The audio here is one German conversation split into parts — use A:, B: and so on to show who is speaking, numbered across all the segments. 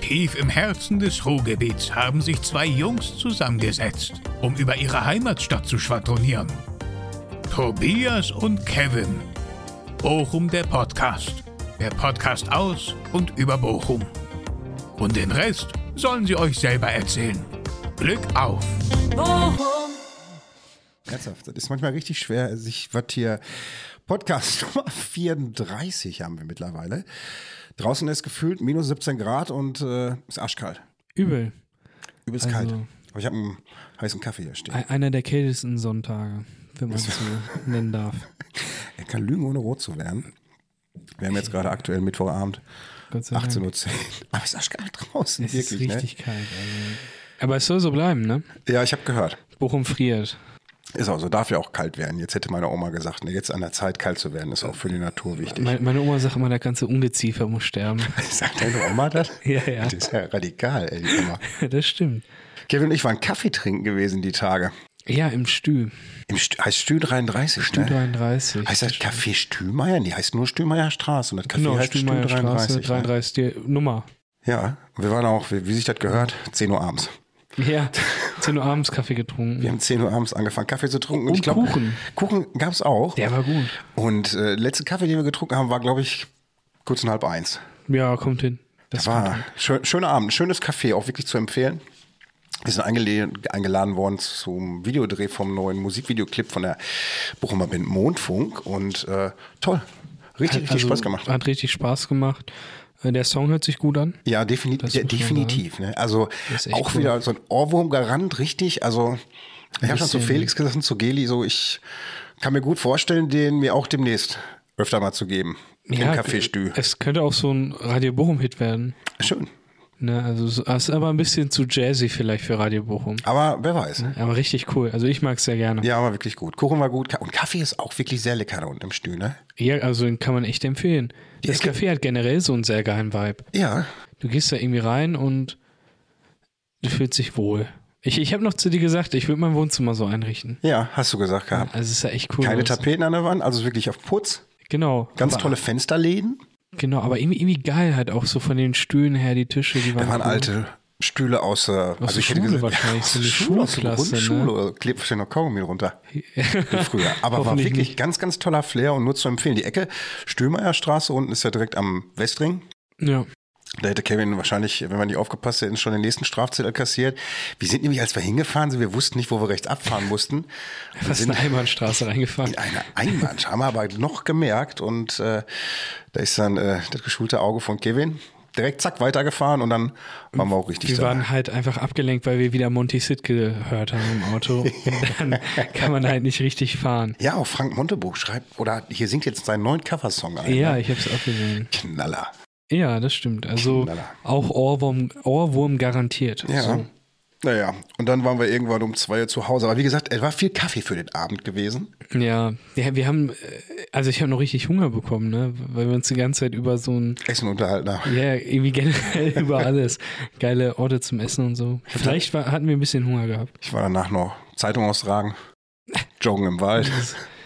A: Tief im Herzen des Ruhrgebiets haben sich zwei Jungs zusammengesetzt, um über ihre Heimatstadt zu schwadronieren. Tobias und Kevin. Bochum der Podcast. Der Podcast aus und über Bochum. Und den Rest sollen sie euch selber erzählen. Glück auf!
B: Ernsthaft, das ist manchmal richtig schwer. Sich wird hier Podcast Nummer 34 haben wir mittlerweile. Draußen ist gefühlt minus 17 Grad und äh, ist arschkalt.
C: Übel.
B: Übelst
C: Also-
B: kalt. Aber ich habe einen heißen Kaffee hier stehen.
C: E- Einer der kältesten Sonntage, wenn man es so nennen darf.
B: Er kann lügen, ohne rot zu werden. Wir haben jetzt gerade aktuell Mittwochabend,
C: Gott sei Dank.
B: 18.10 Uhr. Aber es ist arschkalt draußen,
C: Es ist
B: wirklich.
C: richtig kalt. Also. Aber es soll so bleiben, ne?
B: Ne? Ja, ich habe gehört.
C: Bochum friert.
B: Ist auch so, darf ja auch kalt werden. Jetzt hätte meine Oma gesagt, ne, jetzt an der Zeit kalt zu werden, ist auch für die Natur wichtig.
C: Meine, meine Oma sagt immer, der ganze Ungeziefer muss sterben.
B: Sagt deine Oma das?
C: Ja, ja.
B: Das ist ja radikal, ey, die Oma.
C: das stimmt.
B: Kevin und ich waren Kaffee trinken gewesen die Tage.
C: Ja, im Stü.
B: Im St heißt Stü 33,
C: Stü
B: ne?
C: 33.
B: Heißt das Café Stümeier? Nee, heißt nur Stümeier Straße. Und das Café
C: Genau,
B: heißt Stü
C: Stümeier
B: 33.
C: Straße,
B: ne?
C: 33, die Nummer.
B: Ja, wir waren auch, wie, wie sich das gehört, 10 Uhr abends.
C: Ja, 10 Uhr abends Kaffee getrunken.
B: Wir haben 10 Uhr abends angefangen, Kaffee zu trinken.
C: Und
B: ich glaub,
C: Kuchen.
B: Kuchen gab es auch.
C: Der war gut.
B: Und äh, letzte Kaffee, den wir getrunken haben, war, glaube ich, kurz nach halb eins.
C: Ja, kommt hin. Das
B: War schön, Ah, schöner Abend, schönes Café, auch wirklich zu empfehlen. Wir sind eingeladen, eingeladen worden zum Videodreh vom neuen Musikvideoclip von der Bochumer Band Mondfunk und äh, toll, richtig, richtig
C: also,
B: Spaß gemacht.
C: Hat richtig Spaß gemacht. Äh, Der Song hört sich gut an.
B: Ja, defini
C: Das
B: ja,
C: muss man
B: definitiv. Ne? Also
C: Das ist echt
B: auch
C: cool.
B: wieder so ein Ohrwurm-Garant, richtig. Also ich habe schon zu
C: bisschen-
B: Felix gesagt, und zu Geli, so ich kann mir gut vorstellen, den mir auch demnächst öfter mal zu geben.
C: äh,
B: Im Café Stü.
C: Es könnte auch so ein Radio Bochum-Hit werden.
B: Schön.
C: Ne, also es ist aber ein bisschen zu jazzy vielleicht für Radio Bochum.
B: Aber wer weiß. ne?
C: Aber richtig cool. Also ich mag es sehr gerne.
B: Ja, war wirklich gut. Kuchen war gut. Ka- Und Kaffee ist auch wirklich sehr lecker da unten im Stü, ne?
C: Ja, also den kann man echt empfehlen.
B: Ja,
C: Das
B: es gibt-
C: Café hat generell so einen sehr geilen Vibe.
B: Ja.
C: Du gehst da irgendwie rein und du fühlst dich wohl. Ich, ich habe noch zu dir gesagt, ich würde mein Wohnzimmer so einrichten.
B: Ja, hast du gesagt gehabt.
C: Also es ist ja echt cool.
B: Keine
C: Das-
B: Tapeten an der Wand, also wirklich auf Putz.
C: Genau.
B: Ganz
C: aber,
B: tolle Fensterläden.
C: Genau, aber irgendwie, irgendwie geil halt auch so von den Stühlen her, die Tische, die waren.
B: Da waren
C: cool.
B: alte Stühle aus, äh,
C: der
B: ich hätte
C: Schule
B: gesagt,
C: wahrscheinlich,
B: aus
C: so
B: der
C: eine
B: Schule, aus der
C: Schulklasse,
B: Grundschule,
C: ne?
B: oder klebt wahrscheinlich noch Kaugummi runter. Wie früher. Aber war
C: Hoffentlich
B: wirklich
C: nicht.
B: ganz, ganz toller Flair und nur zu empfehlen. Die Ecke Stömeierstraße unten ist ja direkt am Westring.
C: Ja.
B: Da hätte Kevin wahrscheinlich, wenn man nicht aufgepasst hätte, schon den nächsten Strafzettel kassiert. Wir sind nämlich, als wir hingefahren sind, wir wussten nicht, wo wir rechts abfahren mussten.
C: Fast in
B: sind
C: eine Einbahnstraße reingefahren.
B: in eine Einbahn, haben wir aber noch gemerkt und äh, da ist dann äh, das geschulte Auge von Kevin direkt zack weitergefahren und dann waren wir auch richtig
C: Wir
B: da.
C: waren halt einfach abgelenkt, weil wir wieder Monty Sid gehört haben im Auto. Und dann kann man halt nicht richtig fahren.
B: Ja, auch Frank Montebuch schreibt, oder hier singt jetzt seinen neuen Coversong ein.
C: Ja,
B: ne?
C: ich hab's auch gesehen.
B: Knaller.
C: Ja, das stimmt. Also
B: Knaller.
C: auch Ohrwurm, Ohrwurm garantiert.
B: Ja.
C: So.
B: Naja, und dann waren wir irgendwann um zwei Uhr zu Hause. Aber wie gesagt, es war viel Kaffee für den Abend gewesen.
C: ja. Ja, wir haben, äh, also ich habe noch richtig Hunger bekommen, ne? Weil wir uns die ganze Zeit über so ein,
B: Essen unterhalten. haben.
C: ja, irgendwie generell über alles. Geile Orte zum Essen und so. Vielleicht war, hatten wir ein bisschen Hunger gehabt.
B: Ich war danach noch Zeitung austragen, joggen im Wald.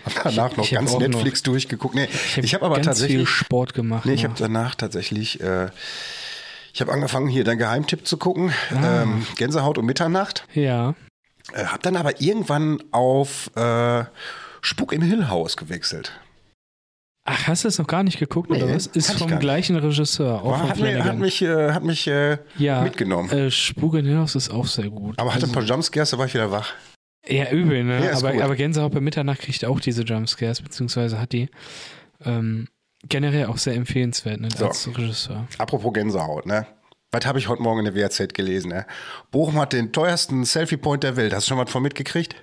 B: Hab danach noch
C: ich hab
B: ganz
C: auch
B: Netflix durchgeguckt. Nee, ich
C: hab
B: habe hab aber
C: ganz viel
B: tatsächlich.
C: Sport gemacht.
B: Nee, ich
C: noch.
B: habe danach tatsächlich. Äh, ich habe angefangen, hier dein Geheimtipp zu gucken.
C: Ah.
B: Ähm, Gänsehaut um Mitternacht.
C: ja.
B: Äh, hab dann aber irgendwann auf äh, Spuk im Hill House gewechselt.
C: Ach, hast du es noch gar nicht geguckt
B: Nee,
C: oder was? Ist
B: hab ich
C: vom
B: gar nicht.
C: gleichen Regisseur, auch
B: War,
C: von
B: hat, mich, hat
C: Flanagan.
B: mich, äh, hat mich äh,
C: ja,
B: mitgenommen.
C: Äh, Spuk in Hinaus ist auch sehr gut.
B: aber hatte ein
C: also,
B: paar Jumpscares, da war ich wieder wach.
C: Ja, übel, ne?
B: Ja, ist
C: aber,
B: gut.
C: aber Gänsehaut bei Mitternacht kriegt auch diese Jumpscares, beziehungsweise hat die. Ähm, generell auch sehr empfehlenswert, ne?
B: So.
C: Als Regisseur.
B: Apropos Gänsehaut, ne? Was habe ich heute Morgen in der WAZ gelesen, ne? Bochum hat den teuersten Selfie-Point der Welt. Hast du schon was von mitgekriegt?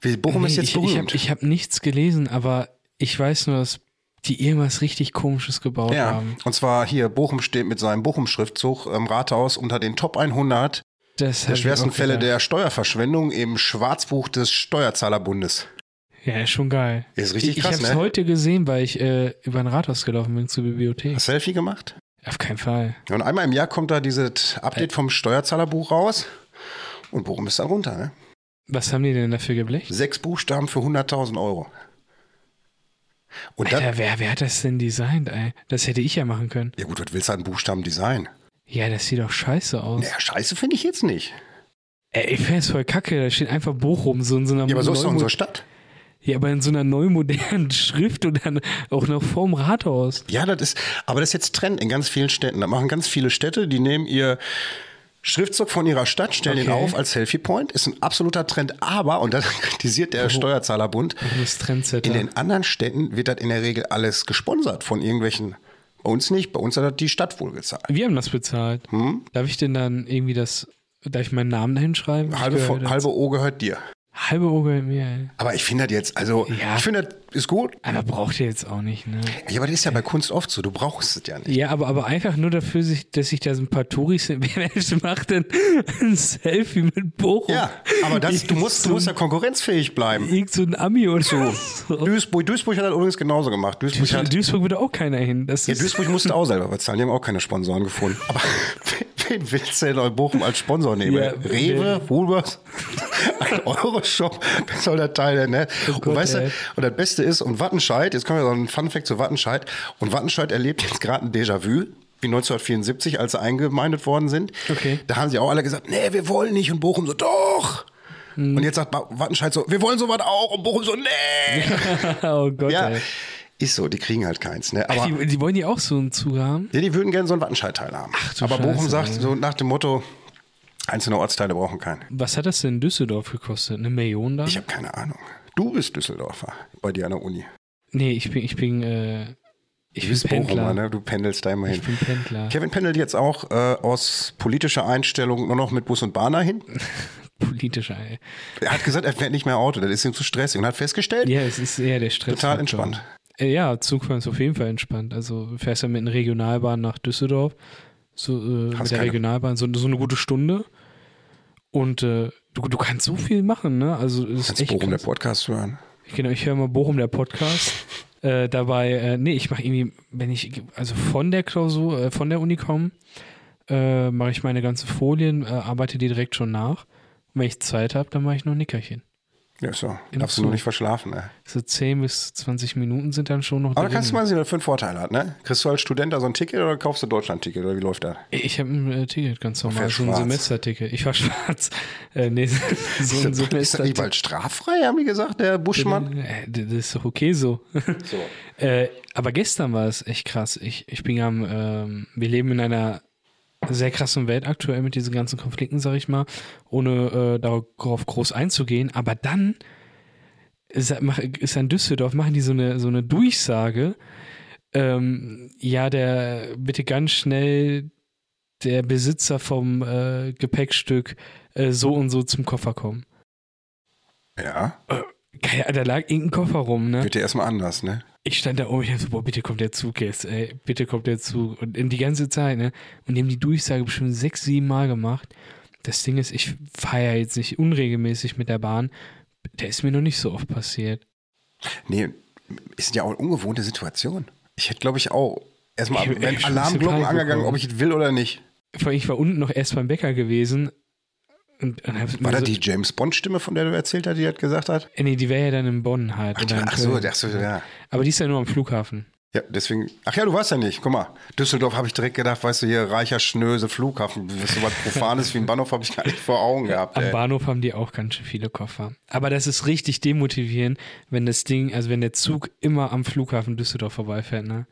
B: Wie, Bochum ist
C: Nee,
B: jetzt
C: ich ich
B: berühmt.
C: habe ich hab nichts gelesen, aber ich weiß nur, dass die irgendwas richtig Komisches gebaut
B: ja,
C: haben.
B: und zwar hier, Bochum steht mit seinem Bochum-Schriftzug im Rathaus unter den Top 100
C: Das hab
B: der
C: ich
B: schwersten
C: auch
B: Fälle
C: gedacht.
B: der Steuerverschwendung im Schwarzbuch des Steuerzahlerbundes.
C: Ja, ist schon geil.
B: Ist richtig
C: ich
B: krass,
C: ich habe es
B: ne?
C: heute gesehen, weil ich äh, über ein Rathaus gelaufen bin zur Bibliothek.
B: Hast du Selfie gemacht?
C: Auf keinen Fall.
B: Ja, Und einmal im Jahr kommt da dieses
C: Äh.
B: Update vom Steuerzahlerbuch raus. Und Bochum ist da runter, ne?
C: Was haben die denn dafür geblecht?
B: Sechs Buchstaben für 100.000 Euro. Und dann,
C: Alter, wer, wer hat das denn designt, ey? Das hätte ich ja machen können.
B: ja gut, was willst du an Buchstaben Design?
C: Ja, das sieht doch scheiße aus.
B: Naja, scheiße finde ich jetzt nicht.
C: Ey, ich find's voll kacke, da steht einfach Bochum, so in so einer
B: Ja, aber so ist doch
C: Neumod-
B: unsere Stadt.
C: ja, aber in so einer neumodernen Schrift und dann auch noch vorm Rathaus.
B: Ja, das ist, aber das ist jetzt Trend in ganz vielen Städten. Da machen ganz viele Städte, die nehmen ihr Schriftzug von ihrer Stadt, stellen ihn
C: Okay.
B: auf als Selfie Point. Ist ein absoluter Trend, aber, und das kritisiert der Steuerzahlerbund,
C: Du bist Trendsetter.
B: in den anderen Städten wird das in der Regel alles gesponsert von irgendwelchen. Bei uns nicht, bei uns hat das die Stadt wohl gezahlt.
C: Wir haben das bezahlt.
B: Hm?
C: Darf ich denn dann irgendwie das, darf ich meinen Namen dahin schreiben? Ich
B: Halbe,
C: gehöre
B: von,
C: dazu.
B: halbe O gehört dir.
C: halbe Oger in mir, ey.
B: Aber ich finde das jetzt, also,
C: Ja.
B: ich finde das ist gut.
C: Aber braucht ihr jetzt auch nicht, ne?
B: Ja, aber das ist ja bei Kunst oft so, du brauchst es ja nicht.
C: Ja, aber, aber einfach nur dafür, sich- dass sich da so ein paar Touris sind. Wer Mensch macht denn ein Selfie mit Bochum?
B: Ja, aber das, du, musst, du musst ja konkurrenzfähig bleiben.
C: Irgend so ein Ami oder so.
B: Duisburg, Duisburg hat das übrigens genauso gemacht. Duisburg
C: In
B: hat
C: Duisburg würde auch keiner hin. Das
B: halt Ja,
C: ist,
B: Duisburg musste auch selber bezahlen. Die haben auch keine Sponsoren gefunden. Aber wen willst du denn in Bochum als Sponsor nehmen?
C: Ja,
B: Rewe, Woolworths, ein Euroshop, wer soll der Teil denn, ne? und,
C: Oh Gott,
B: weißt du,
C: ey.
B: und das Beste ist, und Wattenscheid, jetzt kommen wir so ein Funfact zu Wattenscheid. Und Wattenscheid erlebt jetzt gerade ein Déjà-vu. Wie 1974, als sie eingemeindet worden sind.
C: Okay.
B: Da haben sie auch alle gesagt, nee, wir wollen nicht. Und Bochum so, doch.
C: Hm.
B: Und jetzt sagt Ba- Wattenscheid so, wir wollen sowas auch. Und Bochum so, nee.
C: oh Gott,
B: Ja,
C: ey.
B: ist so, die kriegen halt keins. Ne? Aber
C: Die, die wollen die auch so einen Zug haben?
B: ja, die würden gerne so einen Wattenscheid-Teil haben.
C: du
B: Aber Bochum
C: Scheiße,
B: sagt
C: ey.
B: so nach dem Motto, einzelne Ortsteile brauchen keinen.
C: Was hat das denn in Düsseldorf gekostet? Eine Million da?
B: Ich habe keine Ahnung. Du bist Düsseldorfer bei dir an der Uni.
C: nee, ich bin, ich bin, äh, ich
B: Du
C: bin
B: bist Bochumer,
C: Pendler.
B: ne? Du pendelst da immer
C: Ich
B: hin.
C: bin Pendler.
B: Kevin pendelt jetzt auch äh, aus politischer Einstellung nur noch mit Bus und Bahn dahin.
C: Politischer, ey.
B: Er hat gesagt, er fährt nicht mehr Auto, das ist ihm zu stressig und hat festgestellt,
C: Ja, es ist eher der Stress.
B: total entspannt.
C: Äh, Ja, Zugfahren ist auf jeden Fall entspannt. Also du fährst ja mit einer Regionalbahn nach Düsseldorf, so, äh, mit der
B: keine-
C: Regionalbahn, so, so eine gute Stunde. Und äh, du, du kannst so viel machen, ne? Also das ist
B: Kannst
C: echt
B: Bochum der
C: krass.
B: Podcast hören.
C: Genau, ich höre mal Bochum der Podcast. Äh, dabei, äh, nee, ich mache irgendwie, wenn ich also von der Klausur, äh, von der Uni komme, äh, mache ich meine ganzen Folien, äh, arbeite die direkt schon nach. Und wenn ich Zeit habe, dann mache ich noch ein Nickerchen.
B: Ja, so.
C: Im
B: Darfst du nur
C: Zug.
B: nicht verschlafen, ne?
C: So 10 bis 20 Minuten sind dann schon noch
B: Aber da
C: drin.
B: kannst du mal sehen, was für einen Vorteil hat, ne? Kriegst du als Student da so ein Ticket oder kaufst du Deutschland-Ticket oder wie läuft das?
C: Ich habe ein äh, Ticket, ganz normal.
B: fährst
C: So ein
B: schwarz.
C: Semesterticket. Ich war schwarz. Äh, nee, so so ein
B: Ist das- Ist das nicht
C: Semesterticket.
B: bald straffrei, haben die gesagt, der Buschmann?
C: Äh, Das ist doch okay so. Äh, aber gestern war es echt krass. Ich, ich bin am, ähm, wir leben in einer sehr krassen Welt aktuell mit diesen ganzen Konflikten, sag ich mal, ohne äh, darauf groß einzugehen. Aber dann ist, mach- ist in Düsseldorf, machen die so eine, so eine Durchsage. Ähm, ja, der bitte ganz schnell der Besitzer vom äh, Gepäckstück äh, so und so zum Koffer kommen.
B: Ja,
C: Geil, da lag irgendein Koffer rum, ne?
B: wird ja erstmal anders, ne?
C: Ich stand da oben, ich hab so, boah, bitte kommt der Zug jetzt, ey, bitte kommt der Zug. Und in die ganze Zeit, ne? Und die haben die Durchsage bestimmt sechs, sieben Mal gemacht. Das Ding ist, ich fahre ja jetzt nicht unregelmäßig mit der Bahn. Der ist mir noch nicht so oft passiert.
B: Nee, ist ja auch eine ungewohnte Situation. Ich hätte, glaube ich, auch erstmal
C: Ich-
B: wenn
C: ich-
B: Alarmglocken
C: ich-
B: angegangen, ob ich es will oder nicht.
C: Vor allem, ich war unten noch erst beim Bäcker gewesen. Und, und hab mir
B: War das
C: so,
B: die James Bond-Stimme, von der du erzählt hast, die das gesagt hat?
C: Äh, Nee, die wäre ja dann in Bonn halt.
B: Ach,
C: oder in
B: ach so,
C: Köln.
B: ach so, ja.
C: Aber die ist ja nur am Flughafen.
B: Ja, deswegen. Ach ja, du warst ja nicht. Guck mal, Düsseldorf habe ich direkt gedacht, weißt du, hier reicher Schnöse Flughafen. So was Profanes wie ein Bahnhof habe ich gar nicht vor Augen gehabt.
C: Am
B: Ey.
C: Bahnhof haben die auch ganz schön viele Koffer. Aber das ist richtig demotivierend, wenn das Ding, also wenn der Zug immer am Flughafen Düsseldorf vorbeifährt, ne?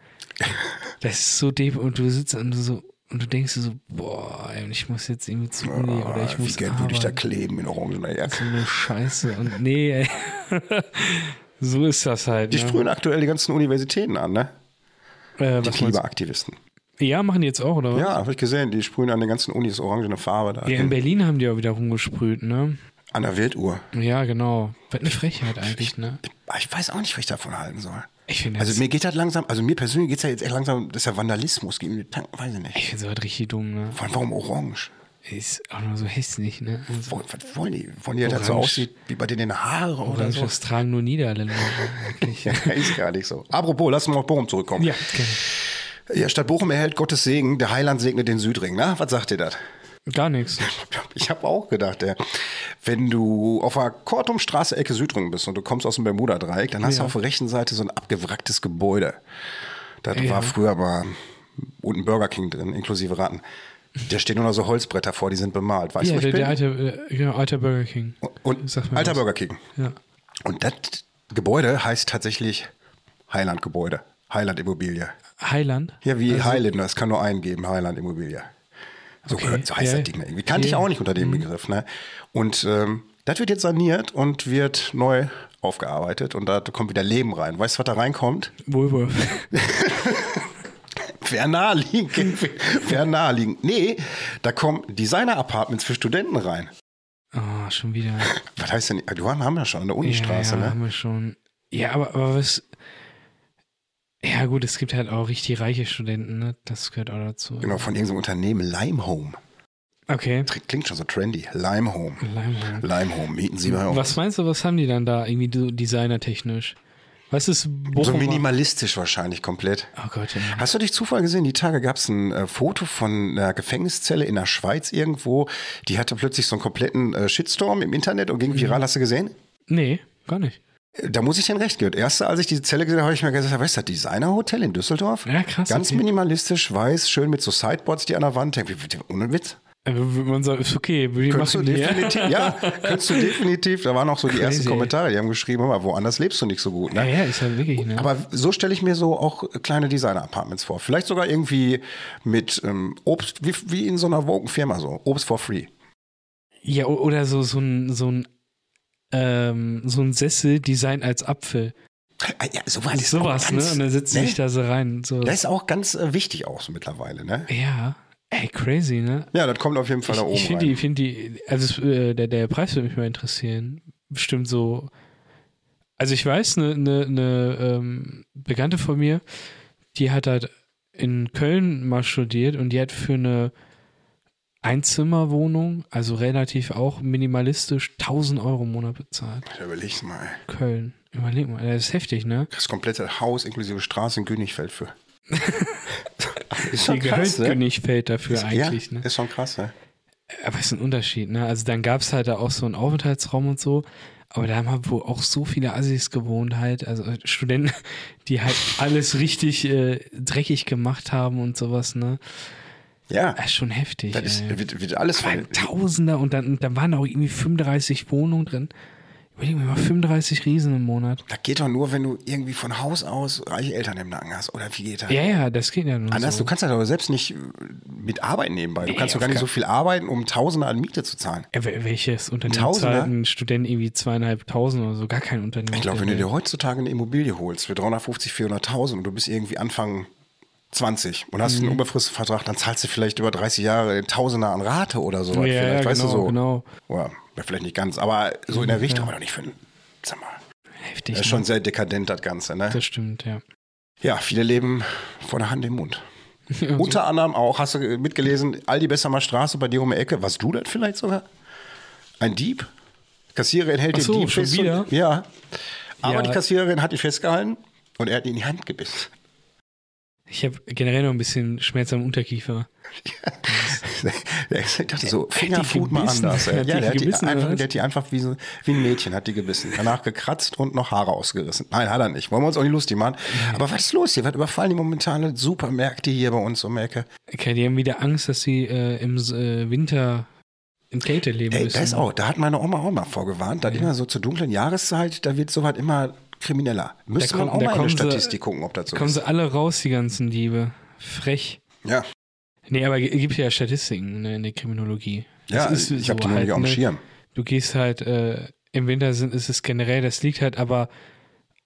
C: Das ist so dem und du sitzt und du so und du denkst dir so, boah, ey, und ich muss jetzt irgendwie zu Uni oder ich
B: Ah, wie
C: muss
B: Geld würde ich da
C: arbeiten.
B: kleben in orangener Jacke?
C: So eine Scheiße und nee, ey. so ist das halt.
B: Die
C: ne?
B: sprühen aktuell die ganzen Universitäten an, ne?
C: äh,
B: Die
C: was meinst
B: Klimaaktivisten.
C: du? Ja, machen die jetzt auch oder was?
B: Ja, habe ich gesehen. Die sprühen an den ganzen Unis orangene Farbe da.
C: Ja, in Berlin haben die auch wieder rumgesprüht, ne?
B: An der Wilduhr.
C: Ja, genau. Was eine Frechheit eigentlich, ne?
B: Ah, Ich weiß auch nicht, was ich davon halten soll.
C: Ich finde das-
B: Also mir geht das langsam, also mir persönlich geht es ja jetzt echt langsam, das ist ja Vandalismus gegen die Tanken, weiß ich nicht.
C: Ich finde sowas richtig dumm, ne?
B: Vor allem, warum orange?
C: Ist auch nur so hässlich, ne? Also,
B: Wo- Was wollen die? Wollen die, dass das so
C: Orange.
B: aussieht wie bei denen Haare oder
C: Orange,
B: so?
C: das tragen nur Niederländer. ne? Wirklich.
B: Ja, ist gar nicht so. Apropos, lass uns mal auf Bochum zurückkommen.
C: ja, genau.
B: ja, statt Bochum erhält Gottes Segen, der Heiland segnet den Südring, ne? Was sagt ihr das?
C: Gar nichts.
B: Ich habe auch gedacht, ey, wenn du auf der Kortumstraße Ecke Südring bist und du kommst aus dem Bermuda-Dreieck, dann hast du
C: Ja.
B: auf der rechten Seite so ein abgewracktes Gebäude. Da war früher mal unten Burger King drin, inklusive Ratten. Da stehen nur noch so Holzbretter vor, die sind bemalt. Weißt
C: ja,
B: du, wo
C: der,
B: ich
C: der
B: bin?
C: alte, äh, genau, alter Burger King.
B: Und
C: Sag mal
B: alter
C: was.
B: Burger King.
C: Ja.
B: Und das Gebäude heißt tatsächlich Highland Gebäude, Highland Immobilie.
C: Highland?
B: Ja, wie Highlander, es kann nur einen geben, Highland Immobilie.
C: Also
B: So,
C: Okay,
B: gehört- so heißt
C: ja, Mhm.
B: das Ding ne? irgendwie. Kannte ich
C: ja.
B: auch nicht unter dem Begriff. Ne? Und ähm, das wird jetzt saniert und wird neu aufgearbeitet und da kommt wieder Leben rein. Weißt du, was da reinkommt?
C: Woolworth.
B: Wer naheliegend, wer naheliegend. Nee, da kommen Designer-Apartments für Studenten rein.
C: Ah, schon wieder.
B: Was heißt denn, du haben haben wir schon an der Unistraße,
C: ja, ja,
B: ne?
C: haben wir schon. Ja, aber, aber was. Ja, gut, es gibt halt auch richtig reiche Studenten, ne? Das gehört auch dazu.
B: Genau, von irgendeinem Unternehmen, Limehome.
C: Okay.
B: Tri- Klingt schon so trendy. Limehome.
C: Leinwand.
B: Limehome, mieten Sie bei uns.
C: Was meinst du, was haben die dann da irgendwie so designertechnisch? Was ist Bochum?
B: so minimalistisch wahrscheinlich komplett.
C: Oh Gott, ja.
B: Hast du durch Zufall gesehen, die Tage gab es ein äh, Foto von einer Gefängniszelle in der Schweiz irgendwo. Die hatte plötzlich so einen kompletten äh, Shitstorm im Internet und ging
C: Mhm.
B: viral. Hast du gesehen?
C: Nee, gar nicht.
B: Äh, Da muss ich den recht geben. Erste, als ich diese Zelle gesehen habe, habe ich mir gesagt, was ist das Designerhotel in Düsseldorf?
C: Ja, krass,
B: Ganz
C: okay.
B: minimalistisch, weiß, schön mit so Sideboards, die an der Wand hängen. Wie- wie- Ohne Witz.
C: Aber Man sagt, ist okay, wir
B: Könntest du
C: machen die.
B: definitiv, ja, könntest du definitiv. Da waren auch so die ersten
C: Crazy.
B: Kommentare, die haben geschrieben, hör mal, woanders lebst du nicht so gut. Ne?
C: Ja, ja, ist halt wirklich, ne?
B: Aber so stelle ich mir so auch kleine Designer-Apartments vor. Vielleicht sogar irgendwie mit ähm, Obst, wie, wie in so einer Woken-Firma so. Obst for free.
C: ja, o- oder so, so ein, so ein, ähm, so ein Sessel designt als Apfel.
B: Ah, Ja, sowas ist
C: Sowas,
B: auch
C: ne?
B: ganz,
C: Und dann setzt du dich da so rein. So.
B: Das ist auch ganz äh, wichtig auch so mittlerweile, ne?
C: Ja. Ey, crazy, ne?
B: Ja, das kommt auf jeden Fall da oben
C: Ich, ich finde
B: rein.
C: die, ich finde die, also es, äh, der, der Preis würde mich mal interessieren. Bestimmt so. Also ich weiß, eine ne, ne, ähm, Bekannte von mir, die hat halt in Köln mal studiert und die hat für eine Einzimmerwohnung, also relativ auch minimalistisch, 1000 Euro im Monat bezahlt.
B: Ich Überleg's mal.
C: Köln. Überleg mal, das ist heftig, ne?
B: Das komplette Haus inklusive Straße in Günigfeld für. ist ne?
C: Die Gehölzkönig fällt dafür eigentlich,
B: ja,
C: ne?
B: ist schon krass, ne?
C: Aber es ist ein Unterschied, ne? Also dann gab es halt da auch so einen Aufenthaltsraum und so, aber da haben halt wohl auch so viele Assis gewohnt halt, also äh, Studenten, die halt alles richtig äh, dreckig gemacht haben und sowas, ne?
B: Ja,
C: Das ist schon heftig.
B: das ist,
C: ey.
B: wird, wird alles
C: Waren Tausender und dann, dann waren auch irgendwie 35 Wohnungen drin. Überleg mir mal, 35 Riesen im Monat.
B: Das geht doch nur, wenn du irgendwie von Haus aus reiche Eltern im Nacken hast. Oder wie geht das?
C: Ja, ja, das geht ja nur
B: Anders,
C: so.
B: du kannst ja doch selbst nicht äh, mit Arbeit nebenbei. Du
C: Nee,
B: kannst doch gar
C: auf
B: nicht so viel arbeiten, um Tausende an Miete zu zahlen.
C: Äh, wel- Welches Unternehmen
B: Tausender?
C: zahlt ein Student irgendwie zweieinhalbtausend oder so? Gar kein Unternehmen.
B: Ich glaube, wenn du dir heutzutage eine Immobilie holst für 350, 400.000 und du bist irgendwie Anfang 20 und
C: Mhm.
B: hast einen unbefristeten Vertrag, dann zahlst du vielleicht über 30 Jahre Tausender an Rate oder so.
C: ja,
B: vielleicht,
C: ja,
B: weißt
C: genau, Mhm,
B: du so.
C: genau.
B: Oder, ja, vielleicht nicht ganz, aber so in der Richtung, aber doch nicht für einen, sag mal.
C: Heftig.
B: Das ist
C: ne?
B: schon sehr dekadent, das Ganze, ne?
C: das stimmt, ja.
B: Ja, viele leben vor der Hand im Mund.
C: Also-
B: Unter anderem auch, hast du mitgelesen, Aldi Bessemer Straße bei dir um die Ecke. Warst du das vielleicht sogar? Ein Dieb? Kassiererin hält
C: Ach so,
B: den Dieb
C: schon
B: fest.
C: wieder?
B: Und, ja. Aber
C: Ja.
B: die Kassiererin hat ihn festgehalten und er hat ihn in die Hand gebissen.
C: Ich habe generell noch ein bisschen Schmerz am Unterkiefer.
B: ich dachte so,
C: die
B: Fingerfood mal
C: Äh, gebissen?
B: anders. ey.
C: Hat die
B: Ja, der hat die
C: gebissen, oder
B: einfach,
C: was?
B: der hat die einfach wie, so, wie ein Mädchen hat die gebissen. Danach gekratzt und noch Haare ausgerissen. Nein, hat er nicht. Wollen wir uns auch nicht lustig machen. Aber was ist los hier? Was überfallen die momentane Supermärkte hier bei uns um die Ecke?
C: Okay, die haben wieder Angst, dass sie äh, im S- äh, Winter in Kälte leben
B: Ey,
C: müssen.
B: das auch. Da hat meine Oma auch mal vorgewarnt. Da immer so zur dunklen Jahreszeit, da wird sowas immer krimineller. Müsste
C: kommt-
B: man auch
C: da
B: mal in
C: kommen
B: eine
C: sie-
B: Statistik gucken, ob das so
C: Kommen
B: ist.
C: sie alle raus, die ganzen Diebe. Frech.
B: Ja,
C: Nee, aber ge- gibt ja Statistiken ne, in der Kriminologie.
B: ja
C: Das ist
B: ich habe
C: so
B: die noch
C: halt,
B: nicht auf dem
C: ne?
B: Schirm.
C: Du gehst halt, äh, im Winter sind, ist es generell, das liegt halt aber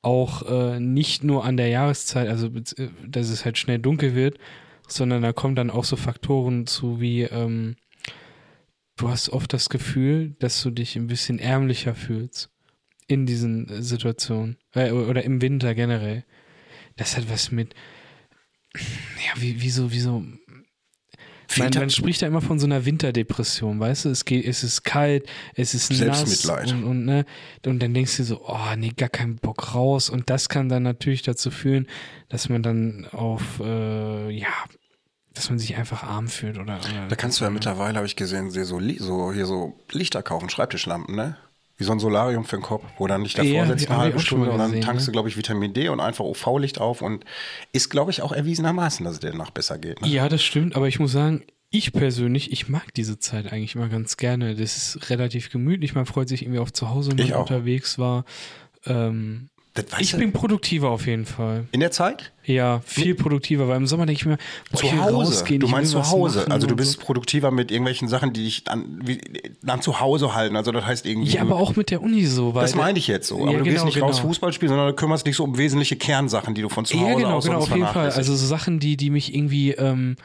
C: auch äh, nicht nur an der Jahreszeit, also bez- äh, dass es halt schnell dunkel wird, sondern da kommen dann auch so Faktoren zu wie, ähm, du hast oft das Gefühl, dass du dich ein bisschen ärmlicher fühlst in diesen äh, Situationen äh, oder im Winter generell. Das hat was mit, ja, wie, wie so, wie so man,
B: Winter-
C: man spricht da immer von so einer Winterdepression, weißt du? Es, geht, es ist kalt, es ist nass
B: Selbstmitleid.
C: und, und, ne? und dann denkst du so, oh nee, gar keinen Bock raus. Und das kann dann natürlich dazu führen, dass man dann auf, äh, ja, dass man sich einfach arm fühlt oder. oder
B: Da kannst du ja mittlerweile, habe ich gesehen, sehr so, Li- so, hier so Lichter kaufen, Schreibtischlampen, ne? Wie so ein Solarium für den Kopf, wo dann Licht davor
C: Ja,
B: sitzt,
C: hab
B: eine
C: ich
B: halbe
C: auch schon mal
B: Stunde und dann
C: gesehen,
B: tankst
C: ne?
B: du, glaube ich, Vitamin D und einfach UV-Licht auf und ist, glaube ich, auch erwiesenermaßen, dass es dir danach besser geht. Ne?
C: ja, das stimmt, aber ich muss sagen, ich persönlich, ich mag diese Zeit eigentlich immer ganz gerne. Das ist relativ gemütlich. Man freut sich irgendwie auf zu Hause, wenn
B: Ich
C: man
B: auch.
C: unterwegs war. Ähm,
B: Das weiß
C: ich bin produktiver auf jeden Fall.
B: in der Zeit?
C: Ja, viel produktiver, weil im Sommer denke ich mir, boah, ich
B: Zu
C: will
B: Hause.
C: rausgehen,
B: Du
C: ich will
B: meinst zu
C: was
B: Hause.
C: machen
B: Also du
C: und
B: bist
C: so.
B: produktiver mit irgendwelchen Sachen, die dich an, wie, an zu Hause halten. Also das heißt irgendwie.
C: Ja, aber auch mit der Uni so. Weil
B: das meine ich jetzt so. Aber
C: Ja,
B: du gehst
C: genau,
B: nicht raus
C: genau.
B: Fußball spielen, sondern du kümmerst dich so um wesentliche Kernsachen, die du von zu Hause
C: Ja, genau,
B: aus
C: genau,
B: sonst
C: auf jeden Fall.
B: vernachlässigst.
C: Also so Sachen, die, die mich irgendwie, ähm,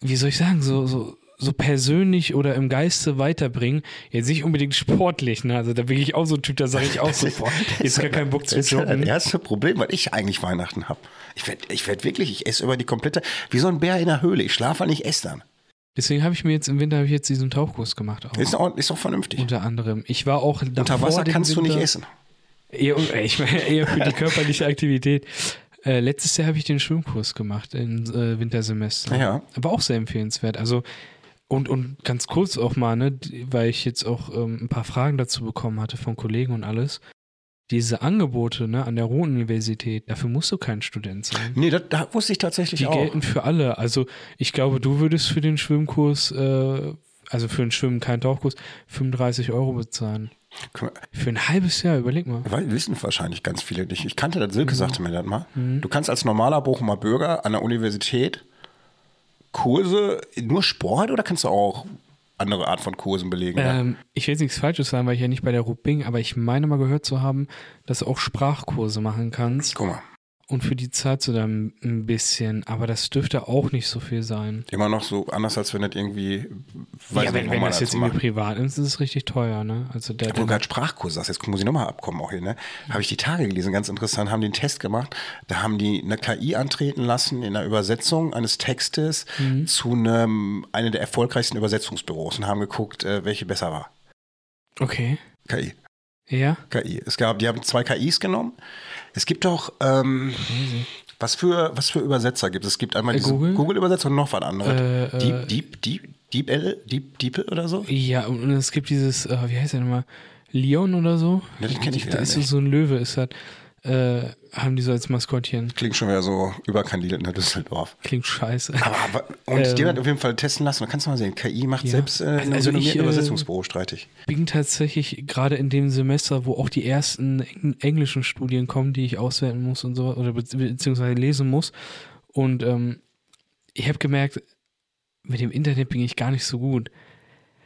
C: wie soll ich sagen, so, so, so persönlich oder im Geiste weiterbringen. Jetzt nicht unbedingt sportlich, ne? Also da bin ich auch so ein Typ, da sage ich Also, auch so, boah, jetzt gar keinen Bock zu
B: Das ist halt, ja das
C: joggen.
B: erste Problem, was ich eigentlich Weihnachten habe. Ich werde ich werd wirklich, ich esse über die komplette, wie so ein Bär in der Höhle. Ich schlafe halt nicht, esse dann.
C: Deswegen habe ich mir jetzt im Winter habe ich jetzt diesen Tauchkurs gemacht auch.
B: Ist auch, ist auch vernünftig.
C: Unter anderem. Ich war auch
B: Unter Wasser kannst du nicht essen.
C: Eher, äh, ich meine, eher für die körperliche Aktivität. Äh, letztes Jahr habe ich den Schwimmkurs gemacht im äh, Wintersemester.
B: Ja.
C: Aber auch sehr empfehlenswert. Also, und, und ganz kurz auch mal, ne, die- weil ich jetzt auch ähm, ein paar Fragen dazu bekommen hatte von Kollegen und alles. Diese Angebote ne, an der Ruhr-Universität, dafür musst du kein Student sein.
B: Nee, das, da wusste ich tatsächlich
C: Die
B: auch.
C: gelten für alle. Also, ich glaube, du würdest für den Schwimmkurs, äh, also für ein Schwimmen, kein Tauchkurs, 35 Euro bezahlen.
B: Können wir-
C: Für ein halbes Jahr, überleg mal.
B: Weil wissen wahrscheinlich ganz viele nicht. Ich kannte das,
C: Mhm.
B: Silke sagte mir das mal. Du kannst als normaler Bochumer Bürger an der Universität Kurse, nur Sport oder kannst du auch andere Art von Kursen belegen? ja?
C: Ähm, ich will jetzt nichts Falsches sagen, weil ich ja nicht bei der RUB bin, aber ich meine mal gehört zu haben, dass du auch Sprachkurse machen kannst
B: Guck mal,
C: und für die zahlst du dann ein bisschen, aber das dürfte auch nicht so viel sein.
B: immer noch so anders, als wenn das irgendwie, weiß
C: ja,
B: nicht,
C: wenn,
B: wo
C: wenn
B: man
C: das jetzt
B: macht. halt.
C: irgendwie privat ist, ist es richtig teuer, ne? Also der,
B: Wo du gerade Sprachkurse sagst, jetzt muss ich nochmal abkommen auch hier, ne?
C: Mhm.
B: Habe ich die Tage gelesen, ganz interessant, haben den Test gemacht. Da haben die eine KI antreten lassen in der Übersetzung eines Textes
C: Mhm.
B: zu einem, eine der erfolgreichsten Übersetzungsbüros und haben geguckt, äh, welche besser war.
C: okay.
B: KI,
C: Ja,
B: KI. Es gab, die haben zwei KIs genommen. Es gibt doch, ähm, was für, was für Übersetzer gibt es? Es gibt einmal
C: Äh,
B: diese
C: Google?
B: Google-Übersetzer und noch was anderes.
C: Äh, äh,
B: Deep, Deep, Deep, Deep, Deep, Deep, Deeple oder so?
C: ja, und es gibt dieses, äh, wie heißt der nochmal? Leon oder so?
B: Ja, den kenn ich
C: Da
B: wieder
C: ist
B: nicht.
C: so ein Löwe, ist das. Äh, haben die so als Maskottchen.
B: Klingt schon wieder so überkandidelt in Düsseldorf.
C: Klingt scheiße.
B: Aber, aber- und den hat auf jeden Fall testen lassen. Da kannst du mal sehen, KI macht
C: Ähm. Ja.
B: selbst äh, einen
C: Also
B: also
C: ich,
B: renommierten
C: äh,
B: Übersetzungsbüro streitig.
C: bin tatsächlich gerade in dem Semester, wo auch die ersten eng- englischen Studien kommen, die ich auswerten muss und so oder bezieh- beziehungsweise lesen muss. Und ähm, ich habe gemerkt, mit dem Internet bin ich gar nicht so gut.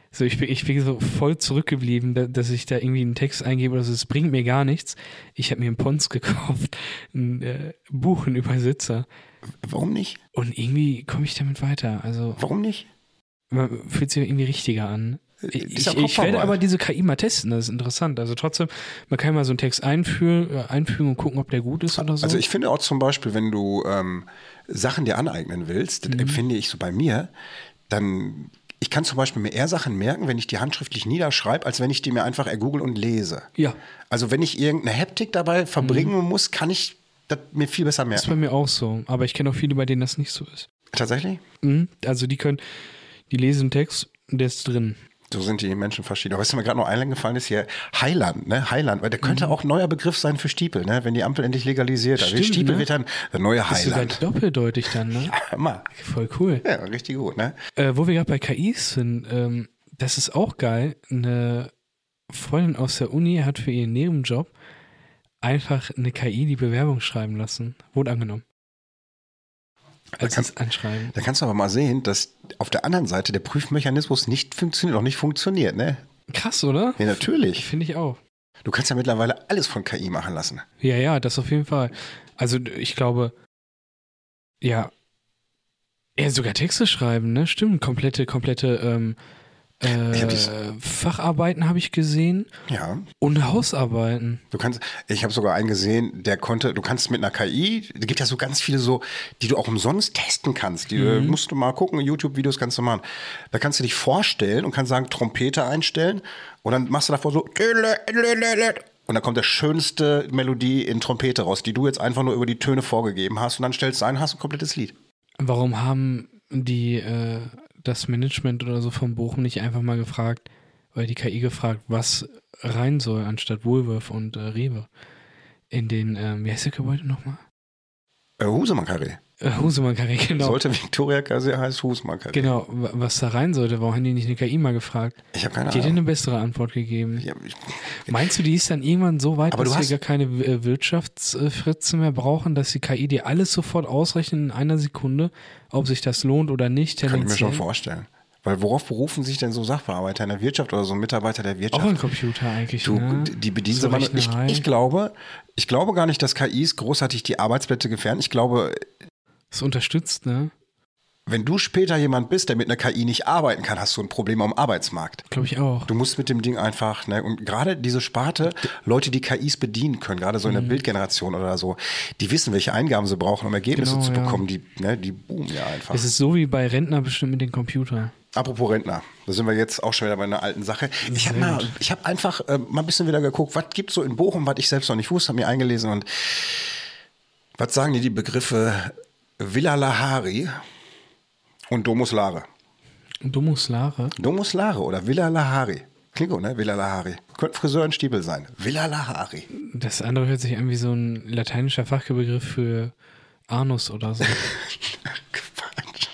C: So, ich bin, ich bin so voll zurückgeblieben, da, dass ich da irgendwie einen Text eingebe oder so. Es bringt mir gar nichts. Ich habe mir einen Pons gekauft, ein äh, Buch, einen Übersetzer.
B: Warum nicht?
C: Und irgendwie komme ich damit weiter. Also
B: Warum nicht?
C: man fühlt sich irgendwie richtiger an. Ich,
B: Ist ja
C: ich, ich
B: Kopfarbeit.
C: werde aber diese KI mal testen, das ist interessant. Also trotzdem, man kann mal so einen Text einführen, äh, einfügen und gucken, ob der gut ist oder so.
B: Also ich finde auch zum Beispiel, wenn du ähm, Sachen dir aneignen willst,
C: Mhm.
B: das empfinde ich so bei mir, dann ich kann zum Beispiel mir eher Sachen merken, wenn ich die handschriftlich niederschreibe, als wenn ich die mir einfach ergoogle und lese.
C: ja, Mhm.
B: Also wenn ich irgendeine Heptik dabei verbringen muss, kann ich das mir viel besser
C: ist
B: merken.
C: bei mir auch so. Aber ich kenne auch viele, bei denen das nicht so ist.
B: Tatsächlich?
C: Mhm. Also die können, die lesen einen Text, der ist drin.
B: So sind die Menschen verschieden. Aber was mir gerade noch eingefallen ist hier, Heiland, ne? Heiland, weil der könnte
C: Mhm.
B: auch ein neuer Begriff sein für Stiepel, ne? Wenn die Ampel endlich legalisiert. Also die
C: Stimmt,
B: Stiepel
C: ne?
B: wird dann der neue
C: Ist sogar
B: Heiland.
C: doppeldeutig dann, ne?
B: Hammer.
C: Voll cool.
B: Ja, richtig gut, ne?
C: Äh, wo wir gerade bei KIs sind, ähm, das ist auch geil. Eine Freundin aus der Uni hat für ihren Nebenjob einfach eine KI die Bewerbung schreiben lassen. Wurde angenommen. Also
B: kann-
C: das Anschreiben.
B: Da kannst du aber mal sehen, dass auf der anderen Seite der Prüfmechanismus nicht funktioniert, auch nicht funktioniert, ne?
C: Krass, oder?
B: Ja, natürlich.
C: Finde ich auch.
B: Du kannst ja mittlerweile alles von KI machen lassen.
C: Ja, ja, das auf jeden Fall. Also ich glaube, ja, ja sogar Texte schreiben, ne? Stimmt, komplette, komplette ähm,
B: Ich hab
C: äh,
B: dies-
C: Facharbeiten habe ich gesehen
B: Ja.
C: und Hausarbeiten.
B: Du kannst, ich habe sogar einen gesehen, der konnte, du kannst mit einer KI, es gibt ja so ganz viele so, die du auch umsonst testen kannst. Die äh, musst du mal gucken, YouTube-Videos kannst du machen. Da kannst du dich vorstellen und kannst sagen, Trompete einstellen und dann machst du davor so und dann kommt der schönste Melodie in Trompete raus, die du jetzt einfach nur über die Töne vorgegeben hast und dann stellst du ein, hast ein komplettes Lied.
C: Warum haben die äh, das Management oder so von Bochum nicht einfach mal gefragt, oder die KI gefragt, was rein soll, anstatt Woolworth und äh, Rewe? In den, ähm, wie heißt der Gebäude nochmal?
B: Äh, Husemann Karree.
C: Äh, Husemann Karree, genau.
B: Sollte Victoria Kaiser heißt Husemann Karree.
C: Genau, wa- was da rein sollte, warum haben die nicht eine KI mal gefragt?
B: Ich habe keine
C: Die hätte
B: Ahnung.
C: eine bessere Antwort gegeben.
B: Ja, ich,
C: Meinst du, die ist dann irgendwann so weit,
B: Aber du
C: dass
B: hast-
C: wir gar keine äh, Wirtschaftsfritzen mehr brauchen, dass die KI dir alles sofort ausrechnet in einer Sekunde, ob sich das lohnt oder nicht?
B: kann ich mir schon
C: tendenziell?
B: vorstellen. Weil worauf berufen sich denn so Sachbearbeiter in der Wirtschaft oder so ein Mitarbeiter der Wirtschaft?
C: Auch ein Computer eigentlich.
B: Du,
C: ne?
B: die bedienen
C: so
B: so man, ich,
C: Rechnerei.
B: ich glaube, ich glaube gar nicht, dass KIs großartig die Arbeitsplätze gefährden. Ich glaube,
C: Das unterstützt, ne?
B: wenn du später jemand bist, der mit einer KI nicht arbeiten kann, hast du ein Problem am Arbeitsmarkt.
C: Glaube ich auch.
B: Du musst mit dem Ding einfach, ne, und gerade diese Sparte, Leute, die KIs bedienen können, gerade so in der
C: Mhm.
B: Bildgeneration oder so, die wissen, welche Eingaben sie brauchen, um Ergebnisse
C: Genau,
B: zu
C: ja.
B: bekommen, die, ne, die boomen ja einfach.
C: Es ist so wie bei Rentner bestimmt mit dem Computer.
B: Apropos Rentner, da sind wir jetzt auch schon wieder bei einer alten Sache. Ich habe mal, ich habe einfach äh, mal ein bisschen wieder geguckt, was gibt's so in Bochum, was ich selbst noch nicht wusste, habe mir eingelesen und was sagen dir die Begriffe Villa Lahari und Domus Lare?
C: Domus Lare.
B: Domus Lare oder Villa Lahari. Klingo, ne? Villa Lahari. Könnte Friseur in Stiebel sein. Villa Lahari.
C: Das andere hört sich an wie so ein lateinischer Fachbegriff für Anus oder so.
B: Quatsch.